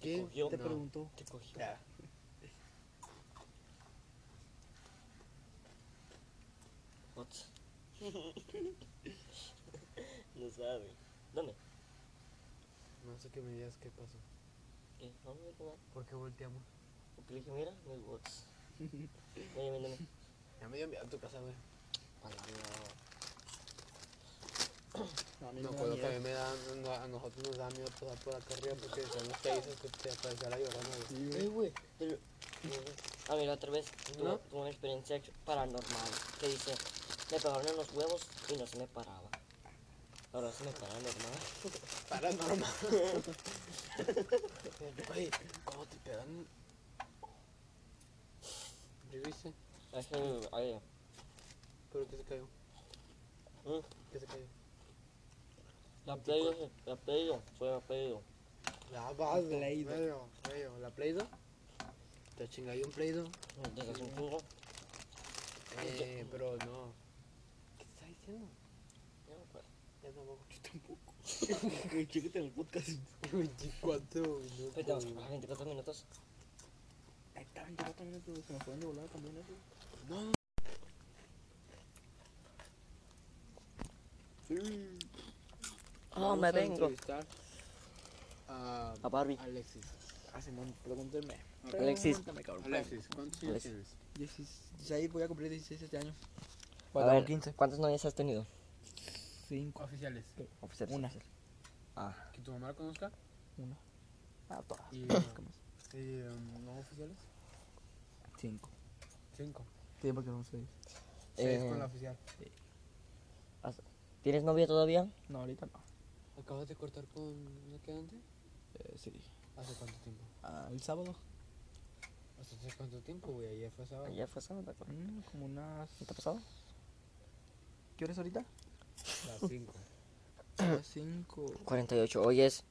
Speaker 2: ¿Quién?
Speaker 1: cogió.
Speaker 3: Te
Speaker 2: No.
Speaker 3: preguntó.
Speaker 1: Te cogió.
Speaker 2: Ya.
Speaker 1: What? no sabe. ¿Dónde?
Speaker 2: No sé que me digas qué pasó.
Speaker 1: ¿Qué? No, no, no.
Speaker 2: ¿Por qué volteamos?
Speaker 1: Porque le dije, mira, no hay bots. Oye, véndeme.
Speaker 2: Ya me dio miedo a tu casa, güey.
Speaker 1: A la mierda.
Speaker 3: No, a mí
Speaker 2: Me
Speaker 3: me da
Speaker 2: acuerdo que a mí me
Speaker 3: miedo.
Speaker 2: da, no, a nosotros nos da miedo pasar por acá arriba porque son los países que te aparecía la llorona, güey.
Speaker 3: Sí,
Speaker 1: Eh,
Speaker 3: güey.
Speaker 1: güey. pero- A ver, otra vez, tuvo
Speaker 2: ¿No?
Speaker 1: tuvo una experiencia paranormal. Que dice, me pegaron en los huevos y no se me paraba. Ahora se me para normal.
Speaker 2: Paranormal. Güey, ¿cómo te pegan? ¿Yo viste?
Speaker 1: Es que, oye,
Speaker 2: ¿Pero qué se cayó?
Speaker 1: ¿eh?
Speaker 2: ¿Qué se cayó?
Speaker 1: la play, la play, fue la play.
Speaker 2: La base.
Speaker 3: Play Doh.
Speaker 2: Bello, bello. ¿La Play Doh? Te chingáis un Play Doh.
Speaker 1: Desde hace un chingo.
Speaker 2: Eh, pero no. ¿Qué te estás diciendo?
Speaker 1: Ya me acuerdo.
Speaker 2: Ya tampoco.
Speaker 3: Yo tampoco. Güey, Chécate en el podcast.
Speaker 2: 24 minutos.
Speaker 1: Ahorita vamos a bajar 24 minutos.
Speaker 3: Ahí está, 24 minutos, güey, Se me pueden de volada también ¿eh? eso.
Speaker 2: No, no.
Speaker 1: Ah,
Speaker 2: Vamos a entrevistar A
Speaker 1: A Barbie.
Speaker 2: Alexis.
Speaker 3: Ah, Simón, pregúntenme.
Speaker 1: Alexis.
Speaker 3: Pregúntame, cabrón.
Speaker 2: Alexis, ¿cuántos años
Speaker 1: Alexis.
Speaker 2: tienes?
Speaker 3: 16, voy a cumplir 16 este año.
Speaker 1: A ver, ¿cuántas novias has tenido?
Speaker 3: 5.
Speaker 2: Oficiales.
Speaker 1: Oficiales.
Speaker 3: Una.
Speaker 1: Ah,
Speaker 2: ¿Que tu mamá la conozca?
Speaker 3: Una.
Speaker 1: ah, todas.
Speaker 2: Y, y, um, no oficiales.
Speaker 3: 5.
Speaker 2: Cinco.
Speaker 3: Sí, porque son 6.
Speaker 2: Seis
Speaker 1: Eh,
Speaker 2: con la oficial.
Speaker 1: ¿Tienes novia todavía?
Speaker 3: No, ahorita no.
Speaker 2: ¿Acabas de cortar con una quedante?
Speaker 3: Eh, sí.
Speaker 2: ¿Hace cuánto tiempo?
Speaker 3: Ah, el sábado.
Speaker 2: ¿Hace cuánto tiempo, güey? Ayer fue sábado.
Speaker 1: Ya fue sábado, ¿no?
Speaker 3: Mm, como unas.
Speaker 1: ¿No te ha pasado?
Speaker 3: ¿Qué hora es ahorita?
Speaker 2: Las 5.
Speaker 3: Las 5.
Speaker 1: 48. Hoy es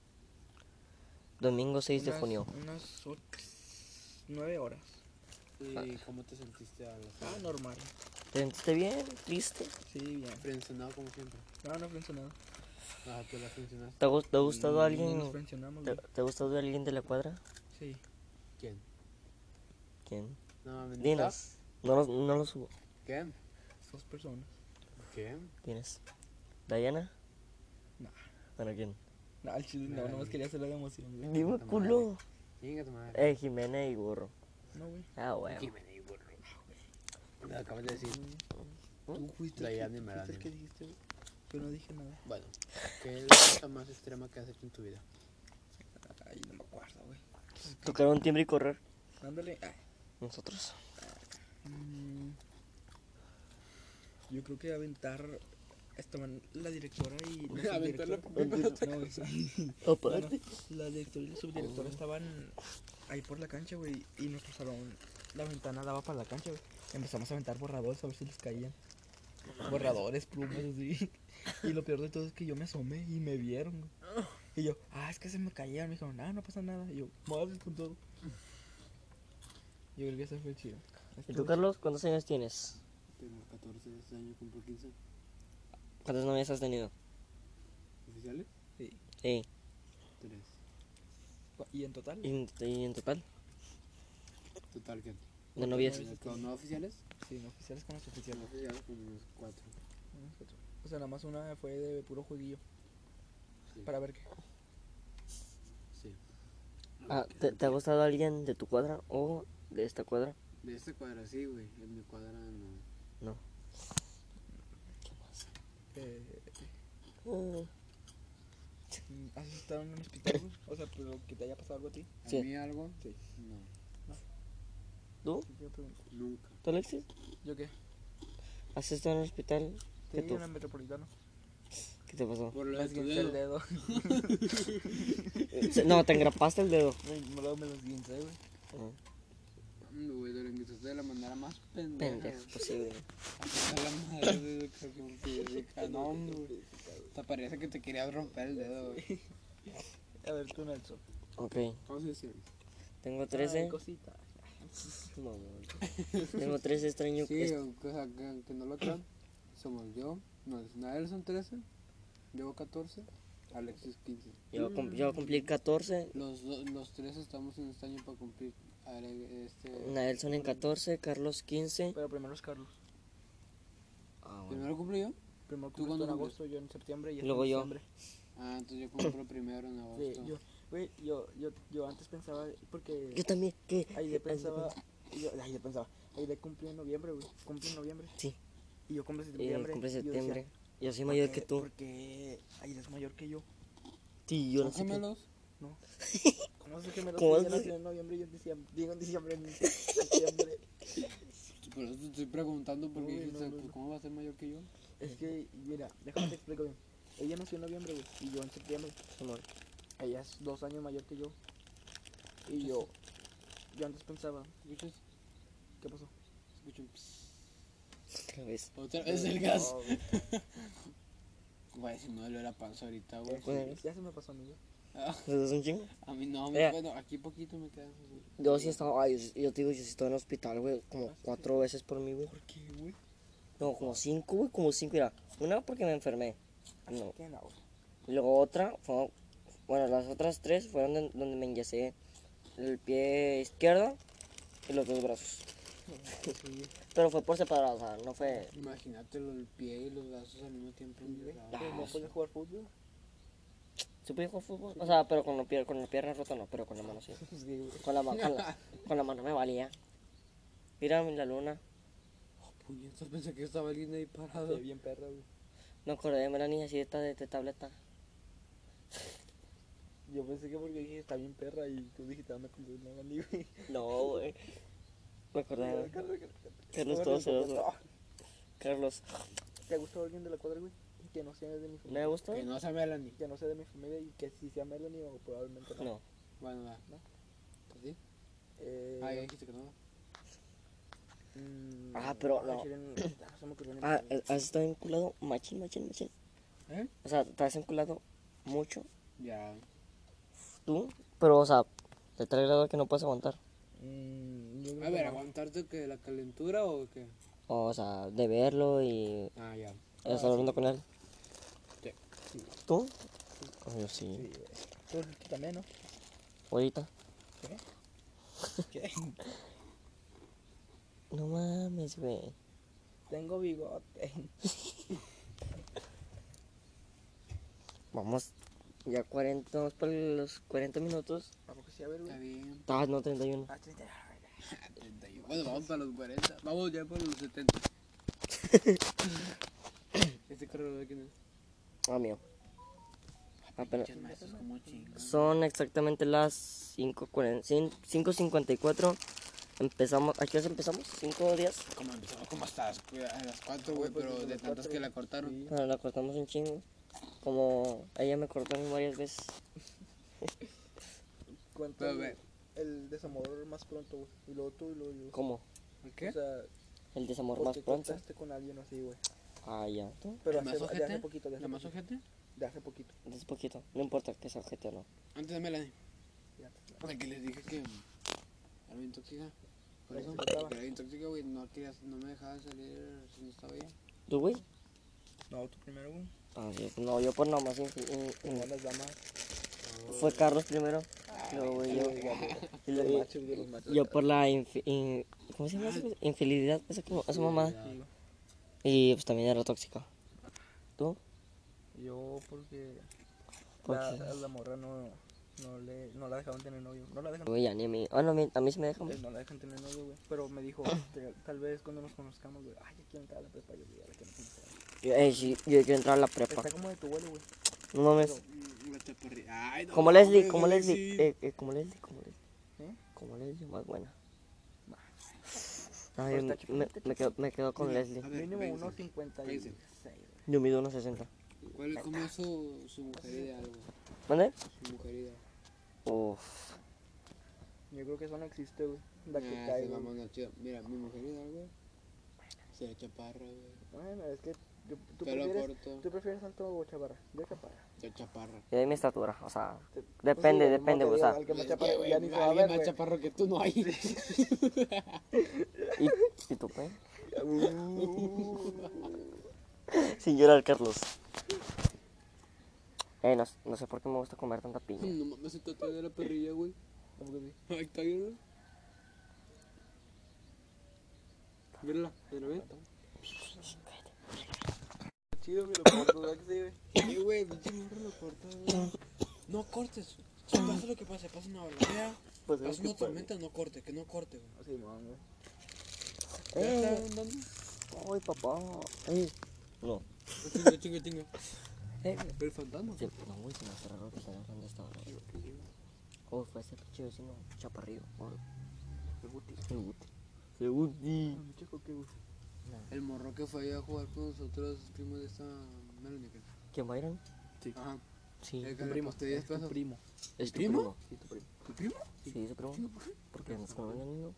Speaker 1: domingo 6 de junio.
Speaker 3: Unas 9 horas.
Speaker 2: ¿Y cómo te sentiste a las
Speaker 3: Ah, normal.
Speaker 1: ¿Te sentiste bien? ¿Triste?
Speaker 3: Sí, bien.
Speaker 2: Frencionado como siempre.
Speaker 3: No, no frencionó nada.
Speaker 2: Ah, tú la frencionaste.
Speaker 1: ¿Te ha, gus- te ha gustado
Speaker 3: No, No nos
Speaker 1: alguien?
Speaker 3: frencionamos,
Speaker 1: ¿Te,
Speaker 3: güey.
Speaker 1: te ha gustado alguien de la cuadra?
Speaker 3: Sí.
Speaker 2: ¿Quién?
Speaker 1: ¿Quién?
Speaker 2: No, mames.
Speaker 1: Dinos. No, los- no lo subo.
Speaker 2: ¿Quién?
Speaker 3: Dos personas.
Speaker 2: ¿Quién?
Speaker 1: ¿Quién es? ¿Dayana?
Speaker 3: No.
Speaker 1: ¿Para quién?
Speaker 3: No, al chile no,
Speaker 2: Nah,
Speaker 3: nomás
Speaker 2: güey.
Speaker 3: quería hacerlo de emoción, güey.
Speaker 1: Dime,
Speaker 2: madre.
Speaker 1: culo.
Speaker 2: Venga, tu madre.
Speaker 1: Eh, Jimena y Burro.
Speaker 3: No, güey.
Speaker 1: Ah, bueno.
Speaker 2: Jimena y burro. Me acabas de decir.
Speaker 3: Tú fuiste
Speaker 2: La
Speaker 3: el que-
Speaker 2: Yandy
Speaker 3: tú
Speaker 2: me la
Speaker 3: fuiste el
Speaker 2: anima.
Speaker 3: que dijiste, güey. Yo no dije nada.
Speaker 2: Bueno, ¿qué es la cosa más extrema que has hecho en tu vida?
Speaker 3: Ay, no me acuerdo, güey.
Speaker 1: Tocar un timbre y correr.
Speaker 3: Ándale. Ay.
Speaker 1: Nosotros.
Speaker 3: Mm. Yo creo que aventar. Estaban la directora y la
Speaker 2: Aventar la
Speaker 3: subdirectora. No, güey.
Speaker 1: Aparte.
Speaker 3: La directora y la subdirectora estaban ahí por la cancha, güey. Y nuestro salón, la ventana daba para la cancha, güey. Empezamos a aventar borradores a ver si les caían. Borradores, plumas, así. Y lo peor de todo es que yo me asomé y me vieron, güey. Y yo, ah, es que se me cayeron. Me dijeron, ah, no pasa nada. Y yo, madre con todo. Yo creo que eso fue chido.
Speaker 1: ¿Y tú, Carlos, cuántos años tienes?
Speaker 2: Tengo 14 años, cumplo 15.
Speaker 1: ¿Cuántas novias has tenido?
Speaker 2: ¿Oficiales?
Speaker 3: Sí.
Speaker 1: Sí.
Speaker 2: 3.
Speaker 3: ¿Y en total?
Speaker 1: ¿Y, en- y en total?
Speaker 2: Total, ¿qué?
Speaker 1: ¿De novias?
Speaker 2: ¿No oficiales?
Speaker 3: Sí, no oficiales con los
Speaker 2: No
Speaker 3: oficiales.
Speaker 2: oficiales, como unos 4.
Speaker 3: O sea, nada más una fue de puro jueguillo.
Speaker 2: Sí.
Speaker 3: Para ver qué.
Speaker 2: Sí.
Speaker 1: Ah, ¿te, te ha gustado alguien de tu cuadra o de esta cuadra?
Speaker 2: De esta cuadra sí, güey. En mi cuadra no.
Speaker 3: Eh,
Speaker 1: Mm,
Speaker 3: mm, ¿Has estado en un hospital? güey? O sea, pero que te haya pasado algo a ti.
Speaker 2: ¿A
Speaker 1: Sí.
Speaker 2: mí algo?
Speaker 3: Sí.
Speaker 2: No.
Speaker 1: ¿Tú?
Speaker 3: Yo pregunto.
Speaker 2: Nunca.
Speaker 1: ¿Tú, Alexis?
Speaker 3: ¿Yo qué?
Speaker 1: ¿Has estado en el hospital? ¿Qué
Speaker 3: ¿Te
Speaker 1: tú?
Speaker 3: una metropolitana?
Speaker 1: ¿Qué te pasó?
Speaker 2: Por lo
Speaker 3: Me
Speaker 2: de tu
Speaker 3: esguincé el
Speaker 2: dedo.
Speaker 3: dedo.
Speaker 1: Eh, se- No, te engrapaste el dedo.
Speaker 3: Me, me lo, me lo esguincé, güey.
Speaker 2: Mm, Güey, te lo enguisaste de la manera más pendeja.
Speaker 1: Pendejo, pues sí, güey.
Speaker 2: A la madre de educación física. No, güey. Te parece que te querías romper el dedo, güey.
Speaker 3: A ver, tú, Nelson.
Speaker 1: Ok,
Speaker 2: ¿Cómo se dice?
Speaker 1: tengo
Speaker 3: Ay,
Speaker 1: 13.
Speaker 3: cosita.
Speaker 1: Mamón. Tengo este 13 extraños.
Speaker 2: Sí, o sea, que, aunque no lo crean, somos yo, no, Nelson 13, yo 14, Alexis 15.
Speaker 1: Yo, cum- yo cumplí 14.
Speaker 2: Los, do- los tres estamos en este año para cumplir. A ver, este,
Speaker 1: Naelson en 14, Carlos 15.
Speaker 3: Pero primero es Carlos.
Speaker 1: Ah, bueno.
Speaker 2: ¿Primero cumplo yo?
Speaker 3: Primero
Speaker 2: ¿Tú
Speaker 3: cumples tú
Speaker 2: cuándo
Speaker 3: en
Speaker 2: cumples?
Speaker 3: agosto, yo en septiembre y
Speaker 1: Y
Speaker 3: este
Speaker 1: luego
Speaker 3: en
Speaker 1: yo. Oh,
Speaker 3: diciembre.
Speaker 2: Ah, entonces yo cumplo primero en
Speaker 3: Sí,
Speaker 2: agosto.
Speaker 3: yo, güey, yo, yo, yo antes pensaba, porque
Speaker 1: Yo también, ¿qué?
Speaker 3: Ahí le pensaba, y yo, ahí le pensaba, ahí le cumplí en noviembre, güey, cumplí en noviembre.
Speaker 1: Sí.
Speaker 3: Y yo cumplí en
Speaker 1: Y
Speaker 3: septiembre.
Speaker 1: Eh, cumple
Speaker 3: y yo decía,
Speaker 1: septiembre. Yo soy
Speaker 3: ¿por
Speaker 1: mayor
Speaker 3: qué-
Speaker 1: que tú.
Speaker 3: Porque ahí es mayor que yo.
Speaker 1: Sí, yo no
Speaker 2: ¿Son
Speaker 1: sé qué.
Speaker 2: gemelos?
Speaker 3: ¿Cómo hace que me lo
Speaker 1: ¿Cómo
Speaker 3: ¿Cómo
Speaker 1: haces?
Speaker 3: en noviembre y yo en diciembre? Digo en diciembre, en septiembre.
Speaker 2: Pues, Por eso te estoy preguntando porque
Speaker 3: No, güey,
Speaker 2: dijiste,
Speaker 3: no, no,
Speaker 2: pues,
Speaker 3: no.
Speaker 2: ¿cómo va a ser mayor que yo?
Speaker 3: Es que, mira, déjame te explico bien. Ella nació en noviembre, güey, y yo en septiembre.
Speaker 1: Simón.
Speaker 3: Ella es dos años mayor que yo. Y yo, yo antes pensaba,
Speaker 2: ¿Escuchas?
Speaker 3: ¿qué pasó?
Speaker 2: Escucho un pss.
Speaker 1: Otra vez.
Speaker 2: Otra vez el gas.
Speaker 3: No, Oh, güey,
Speaker 2: Güey, si me duele la panza ahorita, güey.
Speaker 1: Bueno.
Speaker 3: ya se me pasó a mí, güey.
Speaker 1: ¿Los dos un chingo?
Speaker 2: A mí no,
Speaker 1: Mira.
Speaker 2: me bueno, aquí poquito me queda.
Speaker 1: Yo sí he estado, ay, yo, sí- yo te digo, yo sí he estado en el hospital, güey, como
Speaker 3: Ah, sí,
Speaker 1: cuatro veces por mí, güey.
Speaker 3: ¿Por qué, güey?
Speaker 1: No, como cinco, güey, como cinco, mira. Una porque me enfermé. No.
Speaker 3: ¿Qué no, güey?
Speaker 1: Luego otra, fue- bueno, las otras tres fueron don- donde me enyesé el pie izquierdo y los dos brazos. Pero fue por separado, o sea, no fue...
Speaker 2: Imagínate el pie y los brazos al mismo tiempo. güey.
Speaker 3: ¿Que Ah, ¿No puedes jugar fútbol?
Speaker 1: ¿Se puede jugar fútbol? O sea, pero con, la pier- con la pierna rota no, pero con la mano sí.
Speaker 3: Pues, güey.
Speaker 1: Con la, ma- con la, con la mano me valía. Mira la luna.
Speaker 2: Puñetas, pensé que estaba alguien ahí
Speaker 3: Se
Speaker 2: parado.
Speaker 3: ve bien perra, güey.
Speaker 1: Me acordé de Melanie así de, esta- de, de tableta.
Speaker 3: Yo pensé que porque dije está bien perra y tú dijiste "Ah, pues, dame con una mani, güey.
Speaker 1: No, güey. Me acordé de Ah. Carlos
Speaker 3: Bueno,
Speaker 1: todo
Speaker 3: pues,
Speaker 1: celoso.
Speaker 3: ah,
Speaker 1: Carlos.
Speaker 3: ¿Te gustó alguien de la cuadra, güey? Que no sea de mi
Speaker 1: ¿Me
Speaker 3: familia.
Speaker 1: gustó?
Speaker 2: Que no se Melanie.
Speaker 3: Que no sea de mi familia y que si sea Melanie o probablemente no.
Speaker 1: No.
Speaker 2: Bueno, va.
Speaker 3: ¿Va?
Speaker 2: ¿Tú sí?
Speaker 3: Eh,
Speaker 2: Ah, ya dijiste que no.
Speaker 3: mm,
Speaker 1: Ah, pero
Speaker 3: ay,
Speaker 1: no.
Speaker 3: chile, no se me ocurrió
Speaker 1: Ah,
Speaker 3: ninguna.
Speaker 1: eh, has estado vinculado machín, machín, machín.
Speaker 2: ¿Eh?
Speaker 1: O sea, te has vinculado mucho
Speaker 2: Ya.
Speaker 1: tú, pero o sea, de tal grado que no puedes aguantar. eh.
Speaker 6: Mm, yo
Speaker 2: A
Speaker 6: creo que
Speaker 2: ver,
Speaker 6: no.
Speaker 2: ¿aguantarte que la calentura o qué?
Speaker 1: O sea, de verlo y
Speaker 2: Ah, ya.
Speaker 1: estar hablando con él.
Speaker 2: Sí.
Speaker 1: ¿Tú? Oh, yo sí.
Speaker 6: Sí, güey. Tú, tú también, ¿no?
Speaker 1: Ahorita.
Speaker 6: ¿Qué?
Speaker 1: No mames, güey.
Speaker 6: Tengo bigote.
Speaker 1: Vamos ya 40, vamos por los 40 minutos.
Speaker 3: ¿A poco sí? A ver, güey.
Speaker 2: Está bien.
Speaker 1: Ah, no, 31.
Speaker 3: Ah, treinta.
Speaker 2: Bueno, vamos para los 40. Vamos ya por los 70. este carro de quién es.
Speaker 1: Ah, mío. Apenas.
Speaker 2: maestros como chingas.
Speaker 1: Son exactamente las 5.40 cin- 5.54. Empezamos, ¿a qué hora empezamos? ¿Cinco días?
Speaker 2: Como empezamos como hasta las, cu- a las 4, güey,
Speaker 3: pues,
Speaker 2: pero
Speaker 3: desde
Speaker 2: de
Speaker 3: las
Speaker 2: tantas
Speaker 3: cuatro.
Speaker 2: que la cortaron.
Speaker 1: Bueno, la cortamos un chingo. Como ella me cortó a mí varias veces.
Speaker 3: ¿Cuánto?
Speaker 2: Pero, güey,
Speaker 3: El desamor más pronto, güey. Y luego tú y luego yo.
Speaker 1: ¿Cómo?
Speaker 2: ¿por ¿qué?
Speaker 3: O sea,
Speaker 1: El desamor más
Speaker 3: porque
Speaker 1: pronto.
Speaker 3: cortaste con alguien así, güey.
Speaker 1: Ah, ya. ¿Tú?
Speaker 3: Pero
Speaker 2: ¿La
Speaker 3: hace,
Speaker 2: más
Speaker 3: de hace
Speaker 2: ojete?
Speaker 3: poquito, de hace
Speaker 2: ¿La más
Speaker 3: poquito.
Speaker 2: ojete?
Speaker 3: De hace poquito.
Speaker 1: Es poquito. No importa que sea objeto o no.
Speaker 2: Antes de Melanie.
Speaker 3: Ya.
Speaker 2: La que les dije que era bien tóxica. Por
Speaker 3: La
Speaker 2: eso,
Speaker 3: que te tocaba.
Speaker 2: que era bien tóxica, güey. No, querías- no me dejaba salir si no estaba ella.
Speaker 1: ¿Tú, güey?
Speaker 6: No, tú primero, güey.
Speaker 1: Ah, sí, no, yo por nomás. sí, sí, mm,
Speaker 3: Como
Speaker 1: mm.
Speaker 3: las damas.
Speaker 1: Fue Carlos primero. Luego yo. Y
Speaker 3: De los
Speaker 1: luego-
Speaker 3: machos, de los machos.
Speaker 1: Yo por la infi- in- ¿cómo se llama esa cosa? infidelidad esa como a su mamá. Y pues también era tóxica. ¿Tú?
Speaker 6: Yo porque
Speaker 1: ¿Por
Speaker 6: la,
Speaker 1: qué?
Speaker 6: la morra no, no, le, no la dejaban tener novio. No la dejan,
Speaker 1: Güey, ya ni a mí. Ah, no, a mí- a mí sí me dejan.
Speaker 6: eh, no la dejan tener novio, güey. Pero me dijo, "Te- tal vez cuando nos conozcamos, güey, ay, ya quiero entrar a la prepa, pues, yo güey, ya la quiero entrar.
Speaker 1: Yo, eh, sí, yo quiero entrar a la prepa.
Speaker 6: Está como de tu vuelo, güey.
Speaker 1: No mames.
Speaker 2: Mm, vete por ri- Ay, no
Speaker 1: Como Leslie,
Speaker 2: mames,
Speaker 1: como
Speaker 2: güey,
Speaker 1: Leslie.
Speaker 2: sí.
Speaker 1: Eh, eh, como Leslie, como Leslie.
Speaker 6: ¿Eh?
Speaker 1: Como Leslie, más buena.
Speaker 6: Bah.
Speaker 1: Ay,
Speaker 6: Pero está
Speaker 1: me- me,
Speaker 6: chiquita,
Speaker 1: me quedo, me quedo con
Speaker 2: Mira,
Speaker 1: Leslie.
Speaker 2: a ver,
Speaker 6: Mínimo
Speaker 2: piensa.
Speaker 6: 1.56, güey.
Speaker 1: Yo mido unos 60.
Speaker 2: ¿Cuál, ¿Cómo es su, su mujer ideal, güey?
Speaker 1: ¿Mande?
Speaker 2: Su mujer ideal.
Speaker 1: Uf.
Speaker 6: Yo creo que eso no existe, güey. La que
Speaker 2: Ah,
Speaker 6: cae,
Speaker 2: sí,
Speaker 6: güey.
Speaker 2: mamona, chido. Mira, mi mujer ideal, güey. Será chaparra, güey.
Speaker 6: Bueno, es que yo- tú,
Speaker 2: Pelo
Speaker 6: prefieres,
Speaker 2: corto.
Speaker 6: tú prefieres alto o chaparra. Yo chaparra.
Speaker 2: Sea chaparra.
Speaker 1: Yo doy mi estatura, o sea.
Speaker 6: Te-
Speaker 1: Depende,
Speaker 6: Pues sí,
Speaker 1: depende,
Speaker 6: no te
Speaker 1: güey. O
Speaker 6: digo,
Speaker 1: sea,
Speaker 6: al que más
Speaker 2: Es que,
Speaker 6: chaparro
Speaker 2: güey,
Speaker 6: ya ni se va a
Speaker 2: alguien
Speaker 6: ver,
Speaker 2: más
Speaker 6: güey.
Speaker 2: chaparro que tú no hay.
Speaker 1: ¿Y, y tú, pues. güey? Sin llorar, Carlos. Eh, no, no sé por qué me gusta comer tanta piña.
Speaker 2: No mames, se trata de la perrilla, güey.
Speaker 6: ¿Cómo que sí?
Speaker 2: Ahí está bien, güey. Mírala, ¿te la ves?
Speaker 3: Chido, güey, lo corto, ¿verdad que sí, güey?
Speaker 2: Eh, güey, pinche morro lo corta, güey. No cortes. Si pasa lo que pase, pasa una balacera,
Speaker 1: Pues
Speaker 2: pasa una tormenta, no corte, que no corte, güey.
Speaker 6: Sí, mamá, güey.
Speaker 2: ¿Ya
Speaker 1: Eh.
Speaker 2: está andando?
Speaker 1: Ay, papá. Eh. No.
Speaker 2: Chinga, chinga, chinga.
Speaker 1: Eh,
Speaker 2: El fantasma.
Speaker 1: sí, no, güey, se me hace raro que esté hablando esta hora. Oh, fue ese pinche vecino chaparrillo. Oh,
Speaker 3: El guti.
Speaker 1: el guti. El guti.
Speaker 3: Un chico que, güey.
Speaker 2: El morro que fue a jugar con nosotros, primo de esta Melanie. creo.
Speaker 1: ¿Quién, Byron?
Speaker 2: Ajá.
Speaker 1: Sí.
Speaker 2: El que
Speaker 6: Tu
Speaker 2: le
Speaker 6: primo.
Speaker 2: aposté 10
Speaker 6: es tu
Speaker 2: pesos.
Speaker 6: primo.
Speaker 1: ¿Es Eh, tu
Speaker 2: ¿Primo?
Speaker 1: primo?
Speaker 6: Sí, tu primo.
Speaker 2: ¿Tu primo?
Speaker 1: Sí, su primo. Porque nos conocen el niño.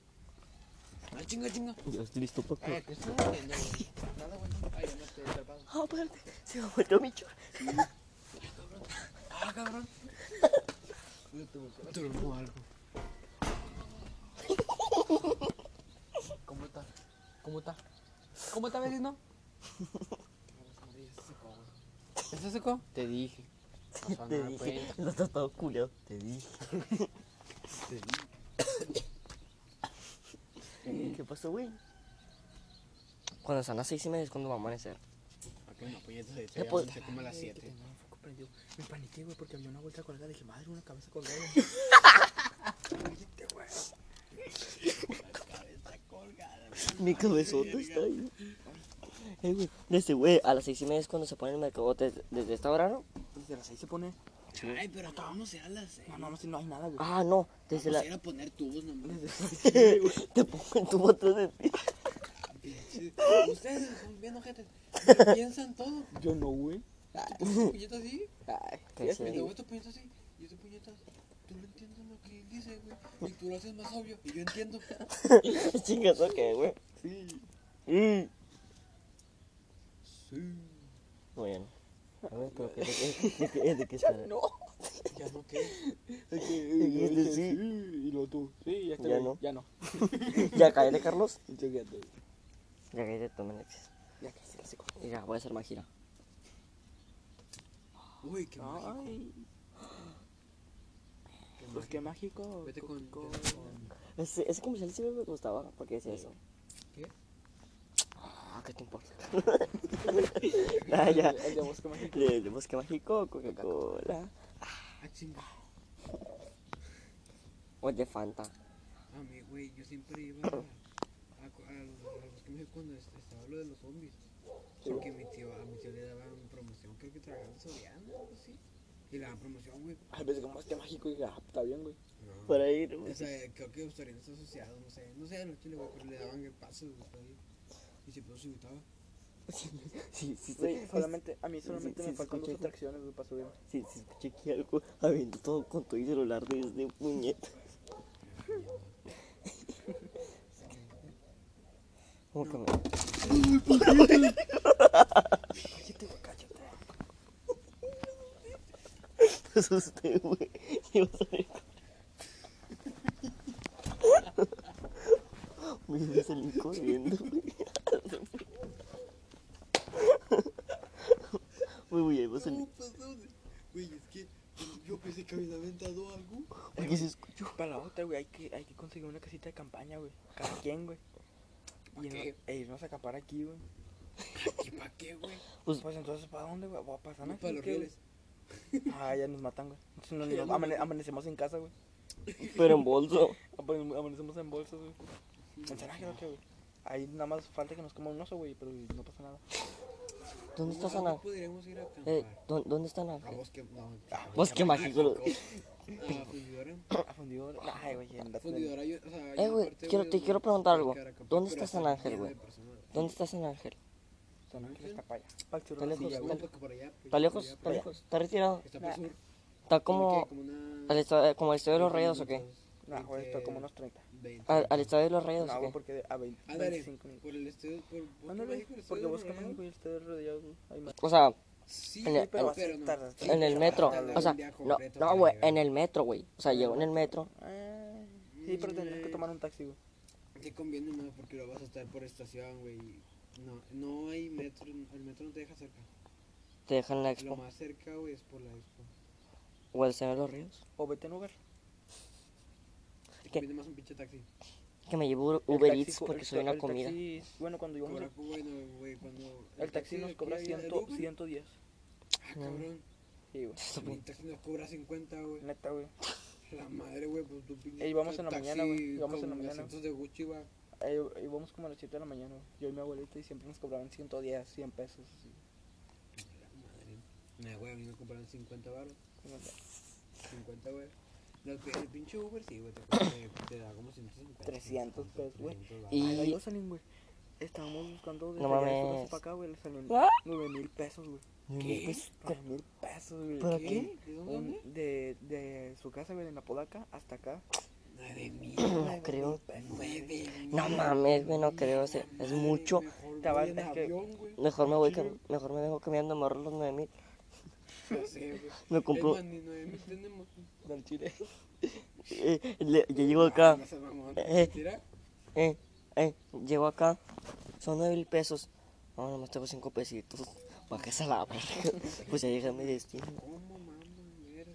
Speaker 2: Ah, chinga, chinga.
Speaker 1: Ya estoy listo para
Speaker 2: Ay, Eh, ¿qué estás haciendo, güey? Nada, güey. Ay, ya no te atrapas.
Speaker 1: Ah, espérate. Se me volvió mi chor.
Speaker 2: Ah, cabrón. Durmó algo.
Speaker 3: ¿Cómo está? ¿Cómo está? ¿Cómo está, vecino?
Speaker 2: ¿Ya se secó? Te dije.
Speaker 1: Te dije. Lo has todo culiado. Ah, pues. Te dije. Te dije. ¿Qué pasó, güey? Cuando son las seis y media es cuando va a amanecer.
Speaker 2: Ok, no, pues ya te
Speaker 1: Eh,
Speaker 2: se
Speaker 1: pues-
Speaker 2: ya se como a las 7.
Speaker 3: Eh, No, fue comprendido. Me paniqué, güey, porque había una vuelta colgada. Dije, madre, una cabeza colgada.
Speaker 1: Mi cabezota está ahí. Eh, güey. Desde, güey, a las seis y media es cuando se pone el mercadote. Desde esta hora, ¿no?
Speaker 6: Desde las 6 se pone.
Speaker 2: Ay, pero acabamos de a las 6.
Speaker 6: No, no, si no hay nada, güey.
Speaker 1: Ah, no. Desde la.
Speaker 2: Vamos a ir a poner tubos nomás.
Speaker 1: Te pongo en tu botón de ti.
Speaker 2: Ustedes son bien ojetes. Pero Piensan todo.
Speaker 6: Yo no, güey.
Speaker 2: Ah. Tú pones tu puñeta así.
Speaker 1: Que
Speaker 2: Mi
Speaker 1: sí.
Speaker 2: abuelo tu puñeta así. Y yo tu puñeta. Tú no entiendes lo güey. Y tú lo haces más obvio. Y yo entiendo.
Speaker 1: Chingas, ok, güey.
Speaker 2: Sí.
Speaker 1: Mm.
Speaker 2: Sí.
Speaker 1: Muy bien. A ver, pero ¿qué, de, qué, de, qué, de qué está? No.
Speaker 3: Ya no qué.
Speaker 2: Es que,
Speaker 1: Y
Speaker 2: yo
Speaker 1: este
Speaker 2: dije,
Speaker 1: sí.
Speaker 2: Y luego tú. Sí, ya,
Speaker 1: Ya
Speaker 2: está
Speaker 1: no.
Speaker 2: Ya no.
Speaker 1: Ya cállate, Carlos.
Speaker 2: Y yo, ya te-
Speaker 1: Ya cállate, tomen Alexis.
Speaker 2: Ya que se la seco.
Speaker 1: Y ya, voy a hacer magira.
Speaker 2: Uy, qué mágico.
Speaker 3: Ay,
Speaker 2: Qué
Speaker 3: pues
Speaker 2: mágico.
Speaker 3: qué mágico.
Speaker 2: Vete con.
Speaker 3: Coco.
Speaker 2: vete con-
Speaker 1: Ese, ese comercial sí me gustaba, porque decía eso.
Speaker 2: ¿Qué?
Speaker 1: Ah, ¿qué te importa? ah, ya.
Speaker 3: El de Bosque Mágico.
Speaker 1: De, de Bosque Mágico, Coca-Cola.
Speaker 2: Ah, chinga.
Speaker 1: O de Fanta.
Speaker 2: A mí, Ah, güey, yo siempre iba a, a, cu- a los, a los que me- cuando es- estaba lo de los zombies. Porque mi tío, a mi tío le daban promoción, creo que trabajaba en Soriana o algo así. Y le daban promoción, güey.
Speaker 3: A veces como este mágico y dije, ah, está bien, güey.
Speaker 2: No.
Speaker 1: Por ahí.
Speaker 2: O sea, creo que Soriana está asociado, no sé. No sé, a los chiles, güey, pero le daban el paso, güey. por ahí. Y siempre los invitaba.
Speaker 1: Sí, sí,
Speaker 3: Güey,
Speaker 1: sí.
Speaker 3: solamente, a mí
Speaker 1: sí,
Speaker 3: solamente
Speaker 1: sí,
Speaker 3: me
Speaker 1: sí,
Speaker 3: faltan dos
Speaker 1: escuché.
Speaker 3: atracciones, güey, para subirme.
Speaker 1: Sí, sí, escuché que algo aventó todo con tu celular desde puñeta. ¿Cómo que me.?
Speaker 3: Cállate, güey, cállate.
Speaker 1: Te asusté, güey. Ibas a ver. Me iba a salir corriendo, güey. Güey, güey, ahí va a salir.
Speaker 2: pasó? pues, Güey, es que yo pensé que había aventado algo.
Speaker 1: Porque se escuchó.
Speaker 3: Para la otra, güey, hay que, hay que conseguir una casita de campaña, güey. Cada quien, güey. Y irnos, e irnos a acampar aquí, güey.
Speaker 2: ¿Y para qué, güey?
Speaker 1: Pues-
Speaker 3: Pues, entonces, ¿para dónde, güey? Voy a pasar
Speaker 2: No,
Speaker 3: aquí,
Speaker 2: para los
Speaker 3: ¿qué, güey?
Speaker 2: rieles.
Speaker 3: Ah, ya nos matan, güey. Entonces, nos-
Speaker 2: Ya
Speaker 3: nos-
Speaker 2: nos
Speaker 3: amane-
Speaker 2: matan.
Speaker 3: amanecemos en casa, güey.
Speaker 1: Pero en bolso.
Speaker 3: Amane- Amanecemos en bolsas, güey. En Saraje, ¿o qué, güey? Ahí nada más falta que nos coma un oso, güey, pero no pasa nada.
Speaker 1: ¿Dónde está
Speaker 2: ¿Cómo
Speaker 1: Ana?
Speaker 2: Ah, podríamos ir a acampar?
Speaker 1: Eh, ¿dó- ¿Dónde está Ana?
Speaker 2: A bosque, Ah, no.
Speaker 1: Bosque Ah, mágico. lo-
Speaker 2: A fundidora.
Speaker 3: A fundidora. Ay, güey, en la
Speaker 2: Fundidora, yo, o sea,
Speaker 1: Eh,
Speaker 2: yo
Speaker 1: güey,
Speaker 2: aparte,
Speaker 1: quiero- te
Speaker 2: no
Speaker 1: quiero
Speaker 2: puedo
Speaker 1: preguntar algo.
Speaker 2: quedar acampado,
Speaker 1: ¿Dónde
Speaker 2: pero
Speaker 1: está San
Speaker 2: hasta
Speaker 1: Ángel,
Speaker 2: lleno de
Speaker 1: güey?
Speaker 2: personas.
Speaker 1: ¿Dónde está San Ángel?
Speaker 3: San Ángeles, Tapaya.
Speaker 1: Está lejos,
Speaker 2: Sí, ya, güey,
Speaker 1: está-
Speaker 2: porque por allá,
Speaker 1: ¿Está lejos?
Speaker 2: por allá,
Speaker 1: ¿Está
Speaker 2: por allá.
Speaker 1: lejos? ¿Está retirado?
Speaker 2: Está por sur.
Speaker 1: ¿Está
Speaker 2: ¿Cómo
Speaker 1: como
Speaker 2: que? Como una-
Speaker 1: al estado, como al estado de los Rayados o qué?
Speaker 2: 20,
Speaker 3: No, güey, esto como unos 30.
Speaker 2: 20.
Speaker 1: ¿Al, al estado de los Rayados
Speaker 3: No,
Speaker 1: o
Speaker 3: güey,
Speaker 1: qué?
Speaker 3: porque de- a 20,
Speaker 2: Ándale,
Speaker 3: 25 minutos.
Speaker 2: por el estudio, por Bosque
Speaker 3: Ándale,
Speaker 2: Mágico, el estudio
Speaker 3: porque
Speaker 2: de
Speaker 3: busca
Speaker 2: Moreno.
Speaker 3: México y estoy rodeado, güey. Ahí más.
Speaker 1: O sea,
Speaker 2: Sí,
Speaker 1: en el-
Speaker 2: pero
Speaker 3: en-
Speaker 2: pero no.
Speaker 3: tardas-
Speaker 2: Sí,
Speaker 1: en el
Speaker 2: pero
Speaker 1: metro.
Speaker 2: tarda
Speaker 1: O
Speaker 2: un
Speaker 1: sea,
Speaker 2: día
Speaker 1: no,
Speaker 2: completo
Speaker 1: no,
Speaker 2: para
Speaker 1: güey,
Speaker 2: llegar.
Speaker 1: en el metro, güey. O sea, llegó en el metro.
Speaker 3: Ah, sí, pero tendrías que tomar un taxi, güey.
Speaker 2: Te conviene más porque lo vas a estar por estación, güey. No, no hay metro, el metro no te deja cerca.
Speaker 1: Te dejan en la
Speaker 2: Lo
Speaker 1: expo.
Speaker 2: más cerca, güey, es por la expo.
Speaker 1: O al estado de los Ríos.
Speaker 3: O vete en Uber.
Speaker 2: Te
Speaker 1: ¿Qué?
Speaker 2: conviene más un pinche taxi.
Speaker 1: Que me llevo
Speaker 3: El
Speaker 1: Uber
Speaker 3: taxi
Speaker 1: Eats
Speaker 3: co-
Speaker 1: porque
Speaker 3: el
Speaker 1: soy
Speaker 3: ta-
Speaker 1: una
Speaker 3: el taxi-
Speaker 1: comida.
Speaker 3: bueno, cuando íbamos,
Speaker 2: Cobra,
Speaker 3: a-
Speaker 2: bueno, güey, cuando...
Speaker 3: el taxi nos
Speaker 2: de
Speaker 3: cobra
Speaker 2: aquí, el
Speaker 3: 100,
Speaker 2: Uber,
Speaker 3: 110.
Speaker 2: Ah, cabrón.
Speaker 3: Sí, güey.
Speaker 2: El taxi nos cobra 50, güey.
Speaker 3: Neta, güey.
Speaker 2: La madre, güey, pues tú pinche.
Speaker 3: Ey, vamos en la
Speaker 2: taxi
Speaker 3: mañana, güey, vamos
Speaker 2: con
Speaker 3: en la mañana.
Speaker 2: asientos de Gucci, va.
Speaker 3: Ahí, ahí vamos como a las 7 de la mañana, güey. Yo y mi abuelita y siempre nos cobraban 110, 100 pesos. así.
Speaker 2: La madre. Nah, güey, a mí me compraron 50 baros.
Speaker 3: Como que
Speaker 2: 50, güey. Lo que- El pinche Uber, sí, güey, te, cobra- te- te da como 150.
Speaker 3: 300 pesos, güey.
Speaker 2: 300 baros.
Speaker 1: Y-
Speaker 3: Ay, ahí lo salen, güey. Estábamos buscando desde
Speaker 1: No
Speaker 3: allá de su
Speaker 1: mames.
Speaker 3: casa para acá, güey. Le salían
Speaker 1: ¿Ah?
Speaker 3: 9 mil pesos, güey.
Speaker 1: ¿Qué?
Speaker 3: Nueve mil pesos, güey.
Speaker 1: ¿Para
Speaker 2: ¿Qué?
Speaker 1: qué?
Speaker 2: ¿De dónde?
Speaker 3: Un-
Speaker 2: dónde?
Speaker 3: de, de su casa, güey, en la Podaca hasta acá.
Speaker 2: Nueve mil.
Speaker 1: No creo.
Speaker 2: Nueve mil.
Speaker 1: No mames, güey, no creo. o sea, es mucho.
Speaker 2: Mejor
Speaker 3: Te vas-
Speaker 2: voy en
Speaker 3: es que-
Speaker 2: avión, güey.
Speaker 1: Mejor me voy, cam- mejor me dejo cambiando morro los 9000.
Speaker 2: No sé, güey.
Speaker 1: Me
Speaker 2: Es
Speaker 1: compró.
Speaker 2: más, ni nueve mil tenemos.
Speaker 3: Del Chile.
Speaker 1: eh, le- ya llego acá.
Speaker 2: Ah, No seas mamón.
Speaker 1: Eh.
Speaker 2: Mira,
Speaker 1: Eh, eh, llego acá. Son 9 mil pesos. No, nomás tengo 5 pesitos. ¿Para qué se la verga. Pues ya llegué a mi destino.
Speaker 2: ¿Cómo, mamá? Mira,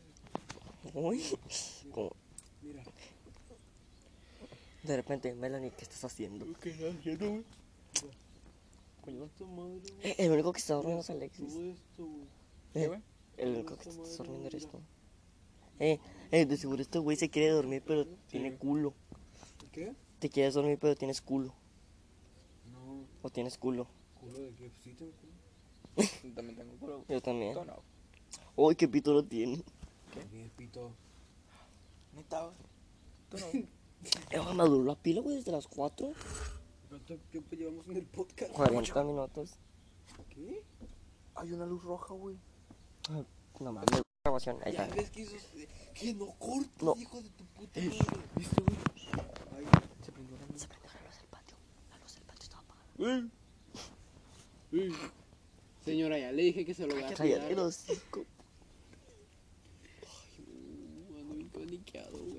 Speaker 1: Uy. Como,
Speaker 2: mira.
Speaker 1: de repente, Melanie, ¿qué estás haciendo?
Speaker 3: ¿Qué estás haciendo, güey? Coño,
Speaker 2: Tu madre, güey.
Speaker 1: Eh, el único que está durmiendo es Alexis. Eh,
Speaker 2: Todo esto, güey.
Speaker 3: ¿Qué, güey?
Speaker 1: El único que está durmiendo eres tú. Eh, eh, de seguro este güey se quiere dormir, pero tiene culo.
Speaker 2: ¿Qué?
Speaker 1: Te quieres dormir, pero tienes culo.
Speaker 2: No,
Speaker 1: O tienes culo.
Speaker 2: culo de que pues, sí tengo culo.
Speaker 3: Yo También tengo culo, güey.
Speaker 1: Yo también.
Speaker 3: No, no.
Speaker 1: Uy, qué pito lo tiene.
Speaker 2: Bien, pito.
Speaker 3: Neta, güey. Tú no.
Speaker 1: Eh, güey, maduró la pila, güey, desde las 4.
Speaker 2: ¿Cuánto tiempo llevamos en el podcast?
Speaker 1: 40 minutos.
Speaker 2: ¿Qué?
Speaker 3: Hay una luz roja, güey.
Speaker 1: No mames, grabación. Ahí
Speaker 2: Ya
Speaker 1: está.
Speaker 2: ves eh, que hizo. Que no cortes,
Speaker 1: No. Eh,
Speaker 2: hijo de tu puta madre.
Speaker 1: Pues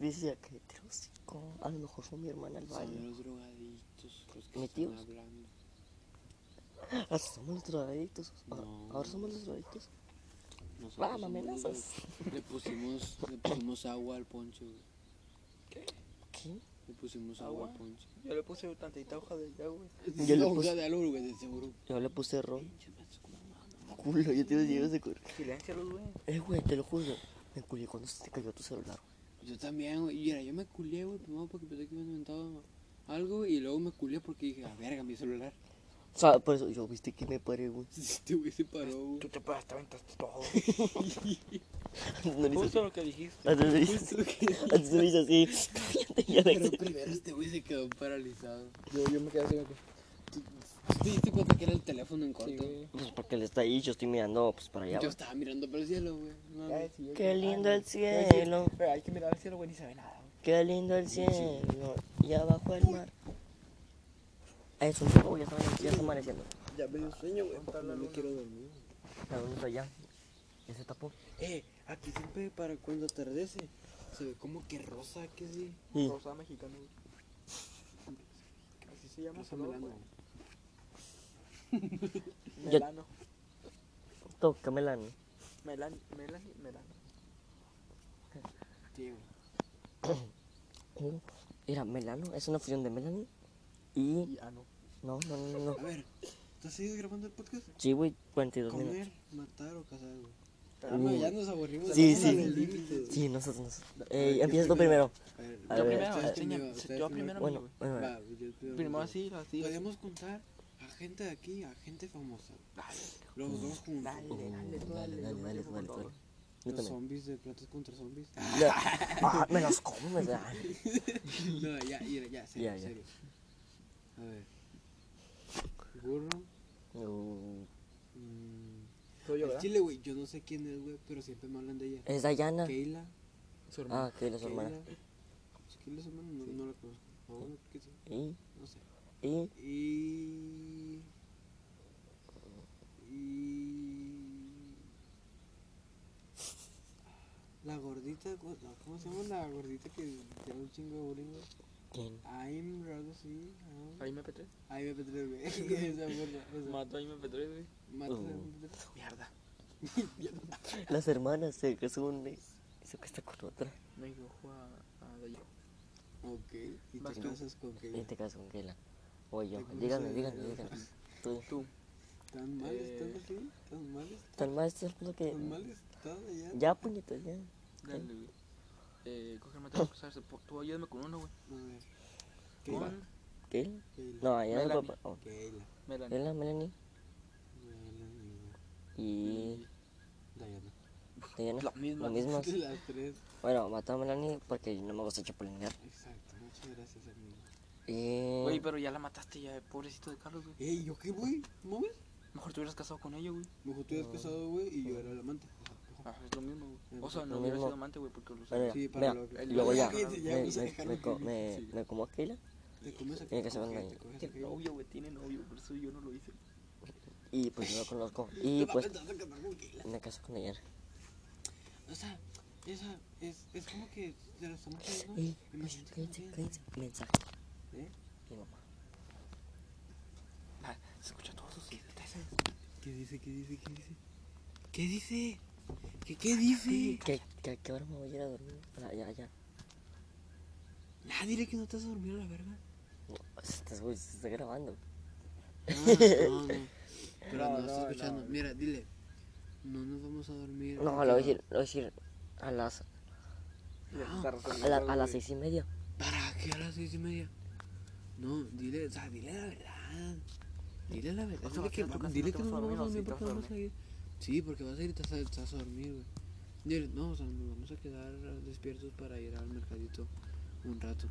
Speaker 1: decía que te lo hocico. A lo mejor fue mi hermana al
Speaker 2: Son
Speaker 1: baño.
Speaker 2: los drogadictos, los que
Speaker 1: ¿Mi
Speaker 2: están
Speaker 1: tíos?
Speaker 2: hablando.
Speaker 1: Ahora Ah, somos los drogadictos. Ahora-
Speaker 2: No.
Speaker 1: Ahora somos los drogadictos.
Speaker 2: Nosotros
Speaker 1: Ah,
Speaker 2: somos
Speaker 1: amenazas.
Speaker 2: los- Le pusimos, le pusimos agua al poncho, güey.
Speaker 1: ¿Qué?
Speaker 2: Le pusimos agua, al
Speaker 3: ¿Agua?
Speaker 2: poncho.
Speaker 3: Yo le puse tantita hoja de allá, güey.
Speaker 1: Yo le
Speaker 2: Longa
Speaker 1: puse-
Speaker 2: de algo, güey, de seguro.
Speaker 1: Yo le puse ron. Culo, yo te lo llevo ese culo.
Speaker 3: Siléncialos, güey.
Speaker 1: Eh, güey, te lo juro. Me culé cuando se te cayó tu celular.
Speaker 2: Yo también, güey. Mira, yo me culé, güey, primero porque pensé que me habían inventado algo güey, y luego me culé porque dije, a verga, mi celular.
Speaker 1: O sea, por eso yo viste que me paré, güey.
Speaker 2: Este güey se paró, güey.
Speaker 3: Tú te paras, te aventaste todo.
Speaker 1: No le hice así.
Speaker 3: Justo lo que dijiste.
Speaker 1: Antes le hice así. Antes le hice así. Cállate, ya me
Speaker 2: Pero primero este güey se quedó paralizado.
Speaker 3: Yo, yo me quedé así, güey.
Speaker 2: ¿Tú, tú te diste cuenta que era el teléfono en corto?
Speaker 1: Pues porque él está ahí, yo estoy mirando pues para allá.
Speaker 2: yo
Speaker 1: güey.
Speaker 2: estaba mirando para el cielo, güey. No,
Speaker 3: Ay,
Speaker 2: güey.
Speaker 3: sí, yo-
Speaker 1: Qué lindo el
Speaker 3: Ay, sí.
Speaker 1: cielo.
Speaker 3: Pero hay que mirar al cielo, güey, ni se ve nada. güey.
Speaker 1: Qué lindo el cielo. Y abajo el mar. Es un poco, ya está ya está amaneciendo.
Speaker 3: Ya me dio sueño, güey.
Speaker 2: no me quiero dormir.
Speaker 1: La luz está allá. Ya se tapó.
Speaker 2: Eh, aquí siempre para cuando atardece se ve como que rosa, que sí.
Speaker 1: Sí.
Speaker 3: Rosada mexicana, güey. Así se llama
Speaker 2: Rosa
Speaker 3: su melano.
Speaker 2: melano.
Speaker 1: Ya-
Speaker 3: Melano.
Speaker 1: Tócamela. ¿no?
Speaker 3: Melani, Melani, Melano.
Speaker 2: Sí, güey.
Speaker 1: Oh, Mira, Melano, es una fusión de Melanie. Y.
Speaker 3: Y Ano.
Speaker 1: No, no, no, no.
Speaker 2: A ver, ¿tú sigues grabando el podcast?
Speaker 1: Sí, güey, 42 minutos.
Speaker 2: Comer, matar o casar, güey.
Speaker 1: Ah,
Speaker 2: No,
Speaker 1: güey.
Speaker 2: ya nos aburrimos.
Speaker 1: Sí,
Speaker 2: estamos
Speaker 1: sí.
Speaker 2: a los límites.
Speaker 1: Sí, nosotros. nosotros. Eh, empieza tú primero.
Speaker 2: A ver,
Speaker 1: A
Speaker 2: yo
Speaker 1: ver,
Speaker 2: primero,
Speaker 1: a ver.
Speaker 2: ustedes primero, ustedes
Speaker 3: Yo primero,
Speaker 1: Bueno,
Speaker 3: amigo.
Speaker 1: bueno, bueno.
Speaker 2: Va, yo primero.
Speaker 3: Primero así, así. así.
Speaker 2: Podemos contar a gente de aquí, a gente famosa. Los dos juntos.
Speaker 3: Dale, dale,
Speaker 1: Mm, dale,
Speaker 3: dale,
Speaker 1: dale, dale,
Speaker 3: dale,
Speaker 1: dale,
Speaker 3: dale.
Speaker 1: dale. Yo
Speaker 2: Los
Speaker 1: también.
Speaker 2: zombies de platos contra zombies.
Speaker 1: Ya. Ah, me los como, me dan.
Speaker 2: No, ya, ya, ya, serio,
Speaker 1: Ya, ya.
Speaker 2: serio. A ver. Burro.
Speaker 1: No.
Speaker 2: mm,
Speaker 3: Soy yo,
Speaker 2: el
Speaker 3: ¿verdad?
Speaker 2: Chile, güey, yo no sé quién es, güey, pero siempre me hablan de ella.
Speaker 1: Es Dayana.
Speaker 2: Keila.
Speaker 3: Su hermano.
Speaker 1: Ah, que las hermanas.
Speaker 2: Keila. Keila es hermana, no, no la conozco. O bueno, creo que sí,
Speaker 1: Y.
Speaker 2: no sé.
Speaker 1: Y.
Speaker 2: Y. Y. La gordita, ¿cómo- no, ¿cómo se llama la gordita que te da un chingo de bullying, güey?
Speaker 1: ¿Quién?
Speaker 2: Aim, o algo así. Aim.
Speaker 3: Ahí me petré.
Speaker 2: Ahí ah. me petré, güey. Esa gorda. O sea,
Speaker 3: Mato ahí me petré, güey.
Speaker 2: mata
Speaker 1: Oh.
Speaker 3: uh. Mierda.
Speaker 1: Las hermanas se que son de. Eso que está con otra.
Speaker 3: Me equivoco a, a Dayo.
Speaker 2: Ok. ¿Y
Speaker 3: Vas
Speaker 2: te
Speaker 3: tú.
Speaker 2: casas con
Speaker 1: Y
Speaker 2: que
Speaker 1: te casas con Keila. O yo.
Speaker 2: Te cruzas
Speaker 1: Díganme,
Speaker 2: de-
Speaker 1: díganme, díganme. Tú.
Speaker 3: Tú.
Speaker 2: ¿Tan mal estás
Speaker 3: Eh.
Speaker 2: así? ¿Tan mal estás?
Speaker 1: Tan mal está el mundo que.
Speaker 2: ¿Tan mal estás allá?
Speaker 1: Eh, Ya, puñetas, ya.
Speaker 3: Dale, güey. Eh, cogerme tres cosas. po- Tú ayúdame con uno, güey.
Speaker 2: A ver. Keila.
Speaker 3: Con
Speaker 1: ¿Keila?
Speaker 2: Keila.
Speaker 1: No, allá no
Speaker 3: Melanie.
Speaker 1: papá. Oh.
Speaker 2: Keila.
Speaker 3: Melanie.
Speaker 1: Keila, Melanie.
Speaker 2: Melanie,
Speaker 1: Y.
Speaker 2: Diana.
Speaker 1: Dayana.
Speaker 3: La misma.
Speaker 1: Lo mismo.
Speaker 2: De las tres.
Speaker 1: Bueno, mató a Melanie porque no me gusta chapulinear.
Speaker 2: Exacto, muchas gracias, amigo.
Speaker 1: Y.
Speaker 3: Güey, pero ya la mataste ya, pobrecito de Carlos, güey.
Speaker 2: Ey, ¿yo qué, güey? ¿Mames?
Speaker 3: Mejor te hubieras casado con ella, güey.
Speaker 2: Mejor tú hubieras casado, güey, y yo era el amante.
Speaker 3: Ah, es lo mismo, güey. O sea,
Speaker 1: Lo
Speaker 3: no hubiera
Speaker 1: mismo.
Speaker 3: sido amante, güey, porque los...
Speaker 1: Bueno,
Speaker 2: Sí,
Speaker 1: ya,
Speaker 2: para
Speaker 1: mira,
Speaker 2: lo que-
Speaker 1: luego ya.
Speaker 2: Ya,
Speaker 1: Me,
Speaker 2: ya
Speaker 1: me,
Speaker 2: vamos a
Speaker 1: me,
Speaker 2: dejarlo
Speaker 1: co-
Speaker 2: que-
Speaker 1: me-
Speaker 2: sí.
Speaker 1: me como a Keila
Speaker 2: Te comes a
Speaker 1: Tiene que ser
Speaker 2: con
Speaker 1: una-
Speaker 2: gente, coges a
Speaker 3: Tiene
Speaker 2: gente.
Speaker 3: novio, güey, tiene novio, por eso yo no lo hice.
Speaker 1: y pues yo la conozco.
Speaker 2: No
Speaker 1: Y
Speaker 2: mames,
Speaker 1: pues
Speaker 2: te vas a casar con Keila.
Speaker 1: me caso con ella.
Speaker 2: O sea, esa es, es como que te lo estamos pidiendo.
Speaker 1: Y pues
Speaker 2: Imagínate cómo
Speaker 1: cállense,
Speaker 2: queda.
Speaker 1: cállense. Mensaje.
Speaker 2: ¿Eh?
Speaker 1: Mi mamá.
Speaker 3: Ah, se escucha todo sus idioteces.
Speaker 2: ¿Qué dice? ¿Qué dice? ¿Qué dice? ¿Qué dice? ¿Qué, qué dice?
Speaker 1: ¿Qué, qué, qué hora me voy a ir a dormir? Ah, Para allá, allá.
Speaker 2: Ya, Ah, dile que no te has dormido la verga.
Speaker 1: No, se está, se está grabando.
Speaker 2: No, no, no. Pero
Speaker 3: Ah,
Speaker 2: no,
Speaker 3: No, no,
Speaker 2: está
Speaker 3: no,
Speaker 2: escuchando.
Speaker 3: güey.
Speaker 2: Mira, dile. No nos vamos a dormir.
Speaker 1: No, lo voy a decir, lo voy a decir a las,
Speaker 3: Ah,
Speaker 1: a, la- a las seis y media.
Speaker 2: ¿Para qué a las seis y media? No, dile, o sea, dile la verdad. Dile la verdad.
Speaker 3: O
Speaker 2: dile
Speaker 3: sea, vas a
Speaker 2: que,
Speaker 3: ir a tu casa y
Speaker 2: dile
Speaker 3: no te
Speaker 2: que
Speaker 3: vas
Speaker 2: no
Speaker 3: a
Speaker 2: nos vamos
Speaker 3: dormir,
Speaker 2: a
Speaker 3: ¿o sí
Speaker 2: dormir
Speaker 3: te vas
Speaker 2: porque
Speaker 3: a
Speaker 2: vamos a ir. Sí, porque vas a ir y te vas a, te vas a dormir, güey. Dile, no, o sea, nos vamos a quedar despiertos para ir al mercadito un rato.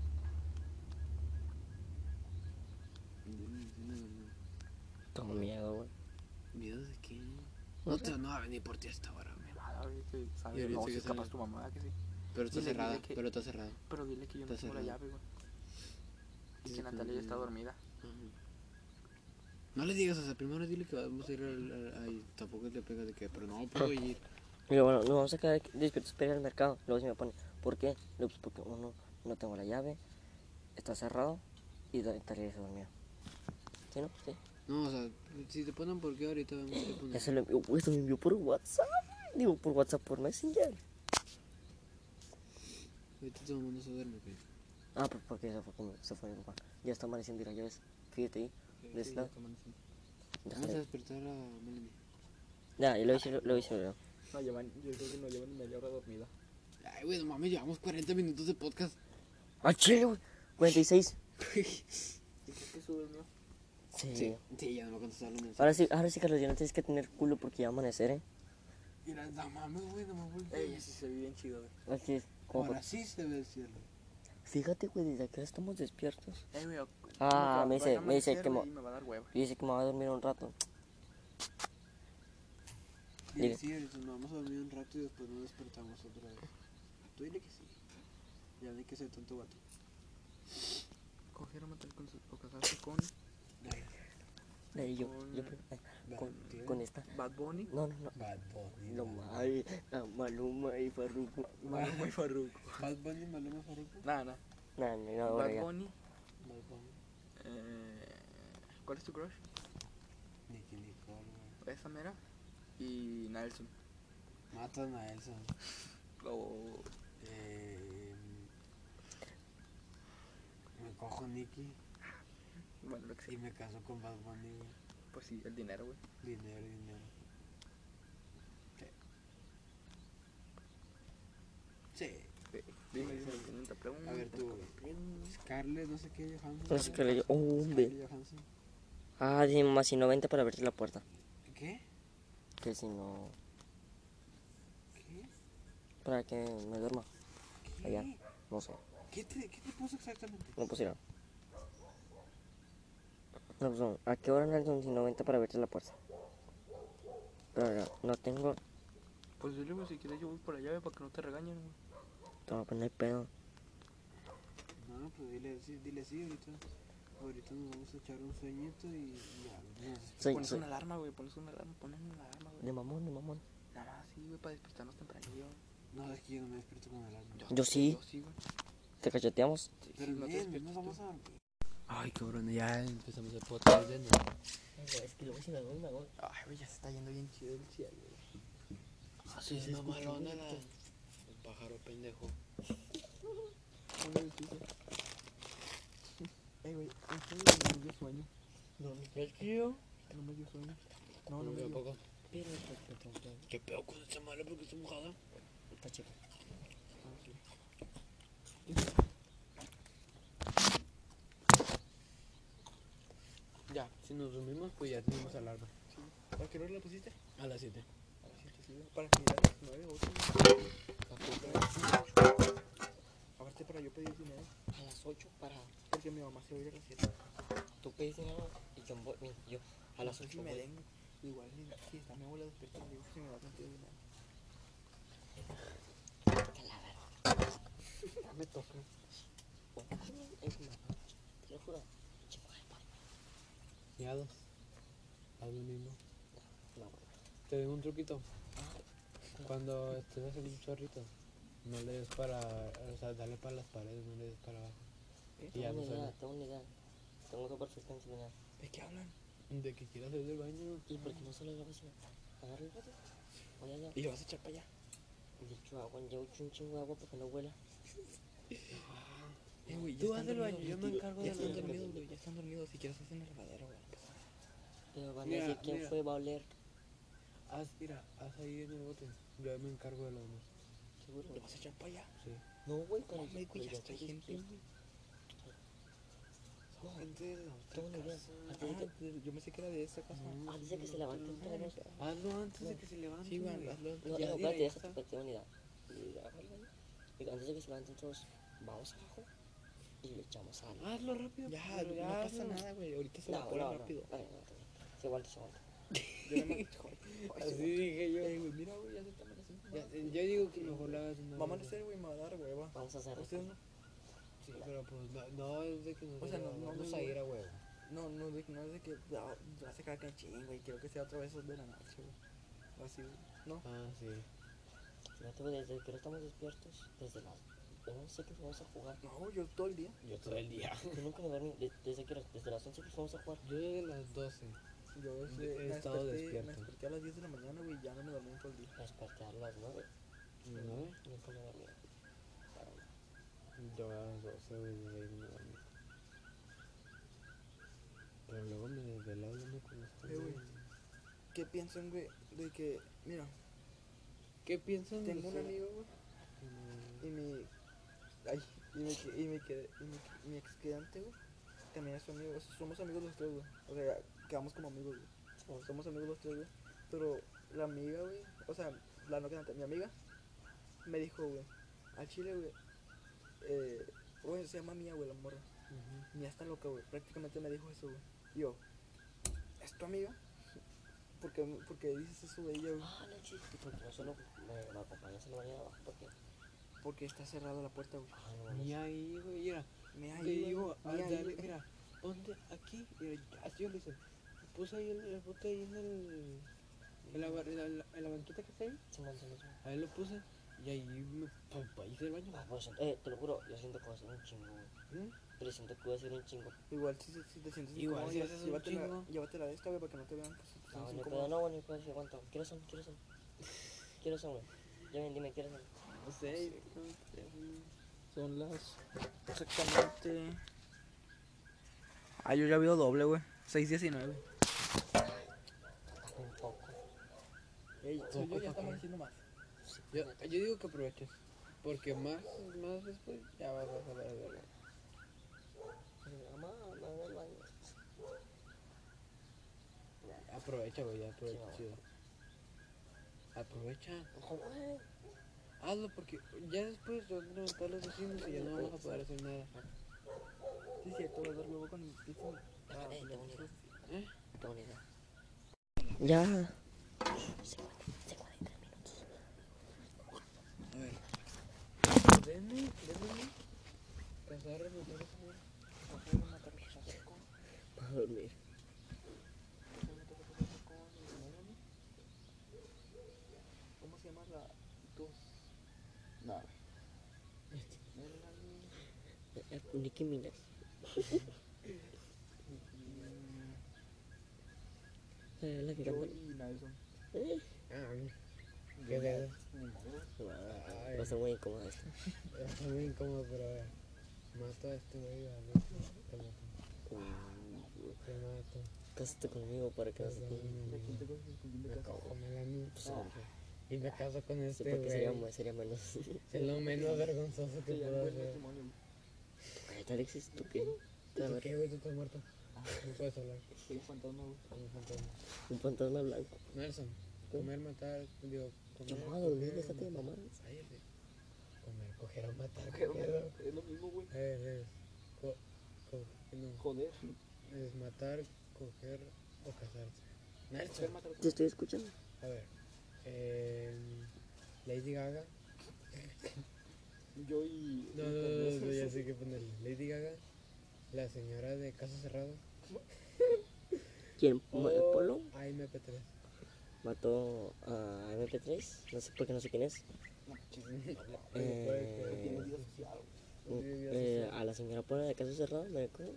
Speaker 2: Dile, dile la verdad.
Speaker 1: Tengo miedo, güey.
Speaker 2: ¿Miedo de qué? Otra no va a venir por ti hasta ahora, güey.
Speaker 3: Nada, güey, que
Speaker 2: Y
Speaker 3: sabe.
Speaker 2: ahorita
Speaker 3: No,
Speaker 2: que
Speaker 3: si es
Speaker 2: sabe.
Speaker 3: capaz tu mamá, que sí.
Speaker 2: Pero está
Speaker 3: Dile, dile
Speaker 2: cerrada,
Speaker 3: que-
Speaker 2: pero está cerrada.
Speaker 3: Pero dile que yo no
Speaker 2: Está
Speaker 3: tengo la
Speaker 2: cerrado.
Speaker 3: llave, güey. Y
Speaker 2: Sí,
Speaker 3: que
Speaker 2: pero
Speaker 3: Natalia ya está
Speaker 2: no.
Speaker 3: dormida.
Speaker 2: Ajá. No le digas, o sea, primero dile que vamos a ir al... al- ay, tampoco te pegas de que, pero no puedo ir.
Speaker 1: Y luego, bueno, nos vamos a quedar aquí despiertos para ir al mercado. Luego se me pone, ¿Por qué? Le digo, pues porque uno, no tengo la llave, está cerrado y do- Talía se dormía. ¿Sí, no? Sí.
Speaker 8: No, o sea, si te ponen por qué ahorita vemos qué
Speaker 1: Ya
Speaker 8: ponen.
Speaker 1: se lo envió, güey, se lo envió por WhatsApp. Digo, por WhatsApp, por Messenger.
Speaker 8: Ahorita todo el mundo se duerme, güey.
Speaker 1: Ah, pues porque se fue, con- se fue mi papá. Ya está amaneciendo y las llaves. Fíjate ahí. de este lado.
Speaker 8: Vamos a
Speaker 1: Déjale.
Speaker 8: despertar a Melanie.
Speaker 1: Ya, y lo hice, lo hice, lo
Speaker 6: No, llevan, yo creo que no llevan ni media hora dormida.
Speaker 8: Ay, güey, no mames, llevamos 40 minutos de podcast.
Speaker 1: ¡Ah, chile, güey! 46.
Speaker 3: que sube el mío?
Speaker 1: Sí.
Speaker 8: Sí, ya no me contestaron los mensajes.
Speaker 1: Ahora sí, ahora sí, Carlos, ya no tienes que tener culo porque ya va a amanecer, ¿eh?
Speaker 8: Mira, no mames, güey, no me
Speaker 3: Ey,
Speaker 8: voltees.
Speaker 3: ese se ve bien chido, güey.
Speaker 1: Así es. como
Speaker 8: Ahora sí se ve el cielo.
Speaker 1: por- Fíjate, güey, desde acá estamos despiertos.
Speaker 3: Ey, güey, o-
Speaker 1: Ah,
Speaker 3: como
Speaker 1: me
Speaker 3: que va
Speaker 1: dice-
Speaker 3: a
Speaker 1: me dice
Speaker 3: amanecer,
Speaker 1: que mo-
Speaker 3: güey, y me va a dar hueva.
Speaker 1: Y dice que me va a dormir un rato.
Speaker 8: Y
Speaker 1: Dile.
Speaker 8: sí, ahorita nos vamos a dormir un rato y después nos despertamos otra vez. Tú dile que sí. Ya di que soy tanto gato.
Speaker 3: Coger o matar con su- o casarse con
Speaker 1: Ahí yo, yo, con, con esta.
Speaker 3: Bad Bunny.
Speaker 1: No, no, no.
Speaker 8: Bad Bunny.
Speaker 1: No, mal, a Maluma y Farruko.
Speaker 3: Maluma y Farruko.
Speaker 8: Bad Bunny, Maluma, Farruko.
Speaker 3: Nada, nada.
Speaker 1: Nah, no, no, ahora
Speaker 3: Bad
Speaker 1: ya.
Speaker 3: Bunny.
Speaker 8: Bad Bunny.
Speaker 3: eh, ¿Cuál es tu crush?
Speaker 8: Nicky Nicole, güey.
Speaker 3: Esa mera. Y Nelson.
Speaker 8: Matan a Elsa.
Speaker 3: O
Speaker 8: Eh, me cojo a Nicky
Speaker 3: Bueno, lo que
Speaker 8: y
Speaker 3: sea.
Speaker 8: me caso con Bad Bunny, güey.
Speaker 3: Pues sí, el dinero, güey.
Speaker 8: Dinero, dinero. Sí.
Speaker 3: Dime, dime, dime, te pregunto.
Speaker 8: A ver, tú, güey. Scarlett, no sé qué, Johansson.
Speaker 1: No sé qué le digo. Oh, hombre.
Speaker 8: Scarlett Johansson.
Speaker 1: Ah, sí, más y 90 para abrirte la puerta.
Speaker 8: ¿Qué?
Speaker 1: Que si no.
Speaker 8: ¿Qué?
Speaker 1: Para que me duerma. Allá. No sé.
Speaker 8: ¿Qué te, qué te puso exactamente?
Speaker 1: No pusieron. No pusieron. ¿A qué hora Nelson sin 90 para abrirte la puerta? Pero no, no tengo.
Speaker 3: Pues dile, güey, si quieres yo voy por la llave para que no te regañen, güey.
Speaker 1: No, pues no hay pedo.
Speaker 8: No, pues dile sí, dile sí ahorita. Ahorita nos vamos a echar un sueñito y ya. nos-
Speaker 1: Soy,
Speaker 3: Pones
Speaker 1: soy-
Speaker 3: una alarma, güey, pones una alarma, pones una alarma, güey.
Speaker 1: De mamón, de mamón.
Speaker 3: Nada más, sí, güey, para despertarnos tempranillo.
Speaker 8: No, es que yo no me despierto con alarma.
Speaker 1: Yo sí.
Speaker 3: Yo sí, güey.
Speaker 1: ¿Te cacheteamos?
Speaker 3: Sí,
Speaker 8: Pero
Speaker 3: no te
Speaker 8: bien,
Speaker 3: despiertes
Speaker 8: nos
Speaker 3: tú.
Speaker 8: vamos a dormir.
Speaker 2: Ay, cabrón, ya empezamos el podcast de nuevo.
Speaker 1: Es que luego si me duermo, me duermo.
Speaker 3: Ay, güey, ya se está yendo bien chido el cielo, güey.
Speaker 8: Ah,
Speaker 2: Así es, mamalona, la... el pájaro pendejo.
Speaker 3: Una vez dice. Ey, güey, esto no me dio sueño.
Speaker 1: No, no, el tío.
Speaker 3: No me dio sueño. No, no me dio.
Speaker 2: tampoco.
Speaker 1: Pero pues, me tengo
Speaker 2: ¿Qué pedo con esta mala porque está mojada?
Speaker 1: que. Está chico.
Speaker 2: Ya, si nos dormimos, pues ya tenemos alarma.
Speaker 3: ¿A qué hora la pusiste?
Speaker 2: A las 7.
Speaker 3: A las 7, sí, güey. Para que a las 9, 8. A ver, este para yo pedir dinero.
Speaker 1: A las 8 para.
Speaker 3: Porque mi mamá se va a ir a las 7.
Speaker 1: Tú pedís dinero y yo, voy- mira, yo a las 8
Speaker 3: Y me
Speaker 1: voy.
Speaker 3: den. Igual, si- si está mi abuela despierta, le digo que si me da cantidad de dinero. Ya me toca.
Speaker 1: Es una- Te lo juro. Chico, ay, pa.
Speaker 2: Ya dos. Haz lo mismo.
Speaker 1: No, güey.
Speaker 2: Te digo un truquito. Cuando estés haciendo un chorrito, no le des para. O sea, dale para las paredes, no le des para abajo. Y ya
Speaker 1: Tengo
Speaker 2: no
Speaker 1: una idea,
Speaker 2: suena.
Speaker 1: tengo una idea. Tengo que perfecta en su
Speaker 3: ¿De qué hablan?
Speaker 2: De que quieras hacer del baño.
Speaker 1: ¿Y por qué no solo grabas a agarra el bote? Voy allá.
Speaker 3: Y lo vas a echar para allá.
Speaker 1: Y echo agua, yo echo un chingo de agua porque no huela.
Speaker 3: Eh, güey, ya
Speaker 2: Tú
Speaker 3: están
Speaker 2: haz el baño,
Speaker 3: dormidos,
Speaker 2: yo me
Speaker 3: güey.
Speaker 2: encargo
Speaker 3: Ya
Speaker 2: de
Speaker 3: están
Speaker 2: la-
Speaker 3: dormidos, güey, ya están dormidos. Si quieres, hacen el lavadero, güey.
Speaker 1: Pero van a
Speaker 2: Mira,
Speaker 1: decir quién
Speaker 2: mira.
Speaker 1: fue, va a oler.
Speaker 2: Haz, mira, haz ahí en el bote. Yo me encargo de lo demás.
Speaker 1: Seguro.
Speaker 3: Lo vas a echar para allá.
Speaker 2: Sí.
Speaker 1: No, güey, con
Speaker 3: Hombre,
Speaker 1: el este,
Speaker 3: güey, ya
Speaker 1: con el
Speaker 3: está
Speaker 1: yogur,
Speaker 3: gente,
Speaker 1: sí.
Speaker 3: güey.
Speaker 1: No,
Speaker 2: Gente de la otra
Speaker 1: tengo una idea.
Speaker 2: casa.
Speaker 1: Antes de
Speaker 3: Ah,
Speaker 1: que-
Speaker 3: de- yo me sé que era de esa casa.
Speaker 1: Ah, dice que se levanta un pedazo.
Speaker 2: Hazlo antes de que se levante.
Speaker 3: Sí, güey,
Speaker 2: güey.
Speaker 3: hazlo.
Speaker 1: No,
Speaker 2: Ya,
Speaker 1: no,
Speaker 2: mira,
Speaker 1: espérate,
Speaker 2: ya
Speaker 1: déjate,
Speaker 2: está.
Speaker 1: espérate, tengo una idea. Y la- y Antes de que se levanten todos, vamos abajo y le echamos agua.
Speaker 2: Hazlo rápido.
Speaker 3: Ya,
Speaker 2: pero
Speaker 3: no pasa
Speaker 2: hazlo.
Speaker 3: nada, güey. Ahorita se
Speaker 1: No,
Speaker 3: evapora
Speaker 1: no, no.
Speaker 3: rápido.
Speaker 1: Ay, no, no. Se aguanta, se aguanta.
Speaker 3: Yo nada más- Joder, joder,
Speaker 2: Así
Speaker 3: güey.
Speaker 2: dije yo.
Speaker 3: Eh, güey, mira, güey, ya se está amaneciendo.
Speaker 2: Ya, yo digo que mejor le hagas una.
Speaker 3: Va a amanecer, güey, me va a dar hueva.
Speaker 1: Vamos a hacer
Speaker 3: ¿Ustedes no?
Speaker 2: Sí, pero pues no, no es de que nos
Speaker 3: O sea, no- no
Speaker 2: vamos
Speaker 3: digo-
Speaker 2: a ir a huevo.
Speaker 3: No, no, de- no es de que va va a sacar cachín, güey. Quiero que sea otra vez de la noche, güey. O Así, güey.
Speaker 2: Ah, sí.
Speaker 1: No te desde que estamos despiertos, desde las 11 que vamos a jugar.
Speaker 3: No, yo todo el día.
Speaker 9: Yo todo el día.
Speaker 1: Yo nunca me dormí, de- desde que era- desde las 11 que vamos a jugar.
Speaker 8: Yo llegué a las 12.
Speaker 3: Yo este,
Speaker 6: He
Speaker 3: me
Speaker 6: estado
Speaker 3: desperté- Me
Speaker 6: despierto.
Speaker 3: desperté a las 10 de la mañana, güey, ya no me dormí en todo el día.
Speaker 1: Me desperté a las 9,
Speaker 9: No,
Speaker 1: nunca me dormí.
Speaker 9: yo a las 12, güey, de ahí me dormí. Pero luego me desvelé hablando con los
Speaker 3: Eh, güey, ¿Qué piensan, güey? De que, mira,
Speaker 8: ¿Qué piensan de
Speaker 3: tengo un
Speaker 8: usted?
Speaker 3: amigo, güey, y mi. Ay, y mi, que- y mi, que- y mi, que- mi ex quedante, güey, también es su amigo. o sea, somos amigos los tres, güey. O sea, quedamos como amigos, güey. O somos amigos los tres, güey. Pero la amiga, güey, o sea, la no quedante, mi amiga, me dijo, güey, al chile, güey, eh, güey, se llama mía, güey, la morra. Mía está loca, güey. Prácticamente me dijo eso, güey. Yo, ¿es tu amiga? Porque, porque dices eso de ella, güey.
Speaker 1: Ah, no chiste. ¿Y por qué no solo me, me acompañas en la mañana abajo? ¿Por qué?
Speaker 3: Porque está cerrada la puerta, güey.
Speaker 1: Ah, no
Speaker 8: Y
Speaker 1: mames.
Speaker 8: ahí, güey, mira.
Speaker 3: Mira,
Speaker 8: Te
Speaker 3: ahí, güey,
Speaker 8: digo,
Speaker 3: mira,
Speaker 8: al
Speaker 3: ahí,
Speaker 8: David,
Speaker 3: güey.
Speaker 8: mira, ponte aquí. Mira, así yo le hice. Puse ahí el, el bote ahí en el. En la, bar- en la- en la- en la banqueta que está ahí.
Speaker 1: Simón, Simón, Simón.
Speaker 8: Ahí lo puse. Y ahí me. Pa, pa, hice el baño.
Speaker 1: Ah, pues, eh, te lo juro, yo siento que voy a ser un chingo, güey.
Speaker 8: ¿Mm?
Speaker 1: Pero siento que voy a ser un chingo.
Speaker 3: Igual si, si te sientes
Speaker 8: Igual,
Speaker 3: incómodo,
Speaker 8: si
Speaker 3: llé-
Speaker 8: haces un
Speaker 3: llévatela,
Speaker 8: chingo.
Speaker 3: llévatela de esta, güey, para que no te vean. Pues, si te
Speaker 1: No,
Speaker 3: sientes
Speaker 1: ni
Speaker 3: incómodo.
Speaker 1: pedo, no, ni pedo, si aguanto. ¿Quieres son? ¿Quieres son? ¿Quieres son, güey? Ya ven, dime, ¿quieres son?
Speaker 8: No sé.
Speaker 6: Son las.
Speaker 3: Exactamente.
Speaker 6: Ah, yo ya veo doble, güey. 6.19.
Speaker 1: Un poco.
Speaker 3: Ey, tú y yo ya estamos haciendo más.
Speaker 8: Yo, yo digo que aproveches. Porque más, más después ya vas a ver verga.
Speaker 1: Mamá, mamá, el baño.
Speaker 8: Aprovecha, güey, ya aprovecha.
Speaker 1: Sí,
Speaker 8: chido. Aprovecha.
Speaker 1: Ojo, güey.
Speaker 8: Hazlo porque ya después se van a levantar los vecinos y ya no vamos a poder hacer nada.
Speaker 3: Sí, sí, todo dar huevo con el pizza. Ah,
Speaker 1: Eh,
Speaker 3: sí,
Speaker 1: tengo una idea.
Speaker 8: ¿Eh?
Speaker 1: Tengo una idea. Ya. 53 minutos.
Speaker 8: Denme, denme. Cazarra, me tengo que comer.
Speaker 1: Para dormir.
Speaker 3: ¿Cómo se llama la
Speaker 1: No, güey. Nicki Minaj. Eh, La que
Speaker 3: Yo
Speaker 1: canta.
Speaker 3: y Nelson?
Speaker 1: Eh,
Speaker 8: Ah, Qué pedo.
Speaker 1: Va a ser muy incómodo esto.
Speaker 8: Está muy incómodo, pero a ver. Mata a este güey, dale. Te mato.
Speaker 1: Hmm.
Speaker 8: Te mato.
Speaker 1: Cásate conmigo para que no se
Speaker 8: Perdóname,
Speaker 3: ¿De quién te coges el cuchillo de
Speaker 8: Me
Speaker 3: casa?
Speaker 8: cago con el amigo.
Speaker 1: Sí, hombre.
Speaker 8: Y me caso con
Speaker 1: Sí,
Speaker 8: este
Speaker 1: porque sería,
Speaker 8: güey.
Speaker 1: más- sería menos.
Speaker 8: Es lo menos vergonzoso que
Speaker 3: Sí, ya no
Speaker 8: puedo
Speaker 3: es
Speaker 8: hacer.
Speaker 3: matrimonio, güey.
Speaker 1: Cállate, Alexis, ¿tú qué? Te va a
Speaker 8: ¿Por
Speaker 1: ver
Speaker 8: qué, güey? Tú estás muerto. No puedes hablar.
Speaker 3: Soy un fantasma, güey.
Speaker 8: Un fantasma.
Speaker 1: un fantasma blanco.
Speaker 8: Nelson, comer, matar, digo, comer.
Speaker 1: No,
Speaker 8: coger,
Speaker 1: dormir, déjate de
Speaker 8: matar.
Speaker 1: mamá.
Speaker 8: Cállate. Comer, coger o matar. ¿qué
Speaker 3: Pero,
Speaker 8: pedo?
Speaker 3: Es lo mismo, güey.
Speaker 8: Es, es, co, co, no,
Speaker 3: Joder.
Speaker 8: es matar, coger o casarse.
Speaker 3: Ven,
Speaker 8: Nelson,
Speaker 3: mátalo.
Speaker 1: Te estoy escuchando.
Speaker 8: a ver. em, Lady Gaga.
Speaker 3: Yo y.
Speaker 8: No, no, no, no, no, ya sé qué ponerle. Lady Gaga, la señora de Caso Cerrado,
Speaker 1: ¿Quién? Ma-
Speaker 8: Oh.
Speaker 1: ¿El polo?
Speaker 8: AMP3.
Speaker 1: Mató a MP3. No sé por qué no sé quién es.
Speaker 3: Tiene
Speaker 1: Eh,
Speaker 3: vida social, güey.
Speaker 1: un- eh, a la señora Polo de caso cerrado me la cojo,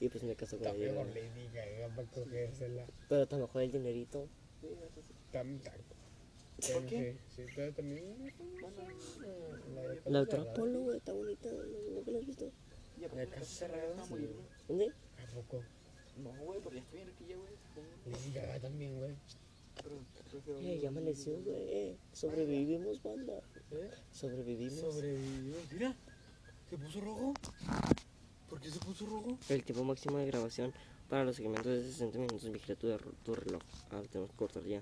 Speaker 1: y pues me caso con
Speaker 8: Está
Speaker 1: ella.
Speaker 8: peor Lady Gaga para cogérsela.
Speaker 1: Pero a lo mejor el dinerito.
Speaker 8: Tam, tam.
Speaker 3: ¿Por qué?
Speaker 8: Sí, sí, pero también. La de Caso
Speaker 1: La otra
Speaker 8: Cerrado.
Speaker 1: Polo, güey, está bonita. ¿no- ¿Nunca la has visto?
Speaker 3: Y aparte
Speaker 8: ¿De
Speaker 3: la
Speaker 8: casa
Speaker 3: casa cerrada
Speaker 8: cerrada?
Speaker 3: está a morir, güey.
Speaker 1: ¿Dónde?
Speaker 8: ¿A poco?
Speaker 3: No, güey, porque ya estoy en Arquilla, güey. tengo-
Speaker 8: Lady Gaga también, güey.
Speaker 3: Pero prefiero.
Speaker 1: Eh, ya amaneció, güey. eh, Sobrevivimos, banda.
Speaker 8: ¿Eh?
Speaker 1: Sobrevivimos.
Speaker 8: Sobrevivimos. Mira, se puso rojo. ¿Por qué se puso rojo?
Speaker 1: El tiempo máximo de grabación para los segmentos es de 60 minutos. Vigila tu, tu reloj. Ah, tenemos que cortar ya.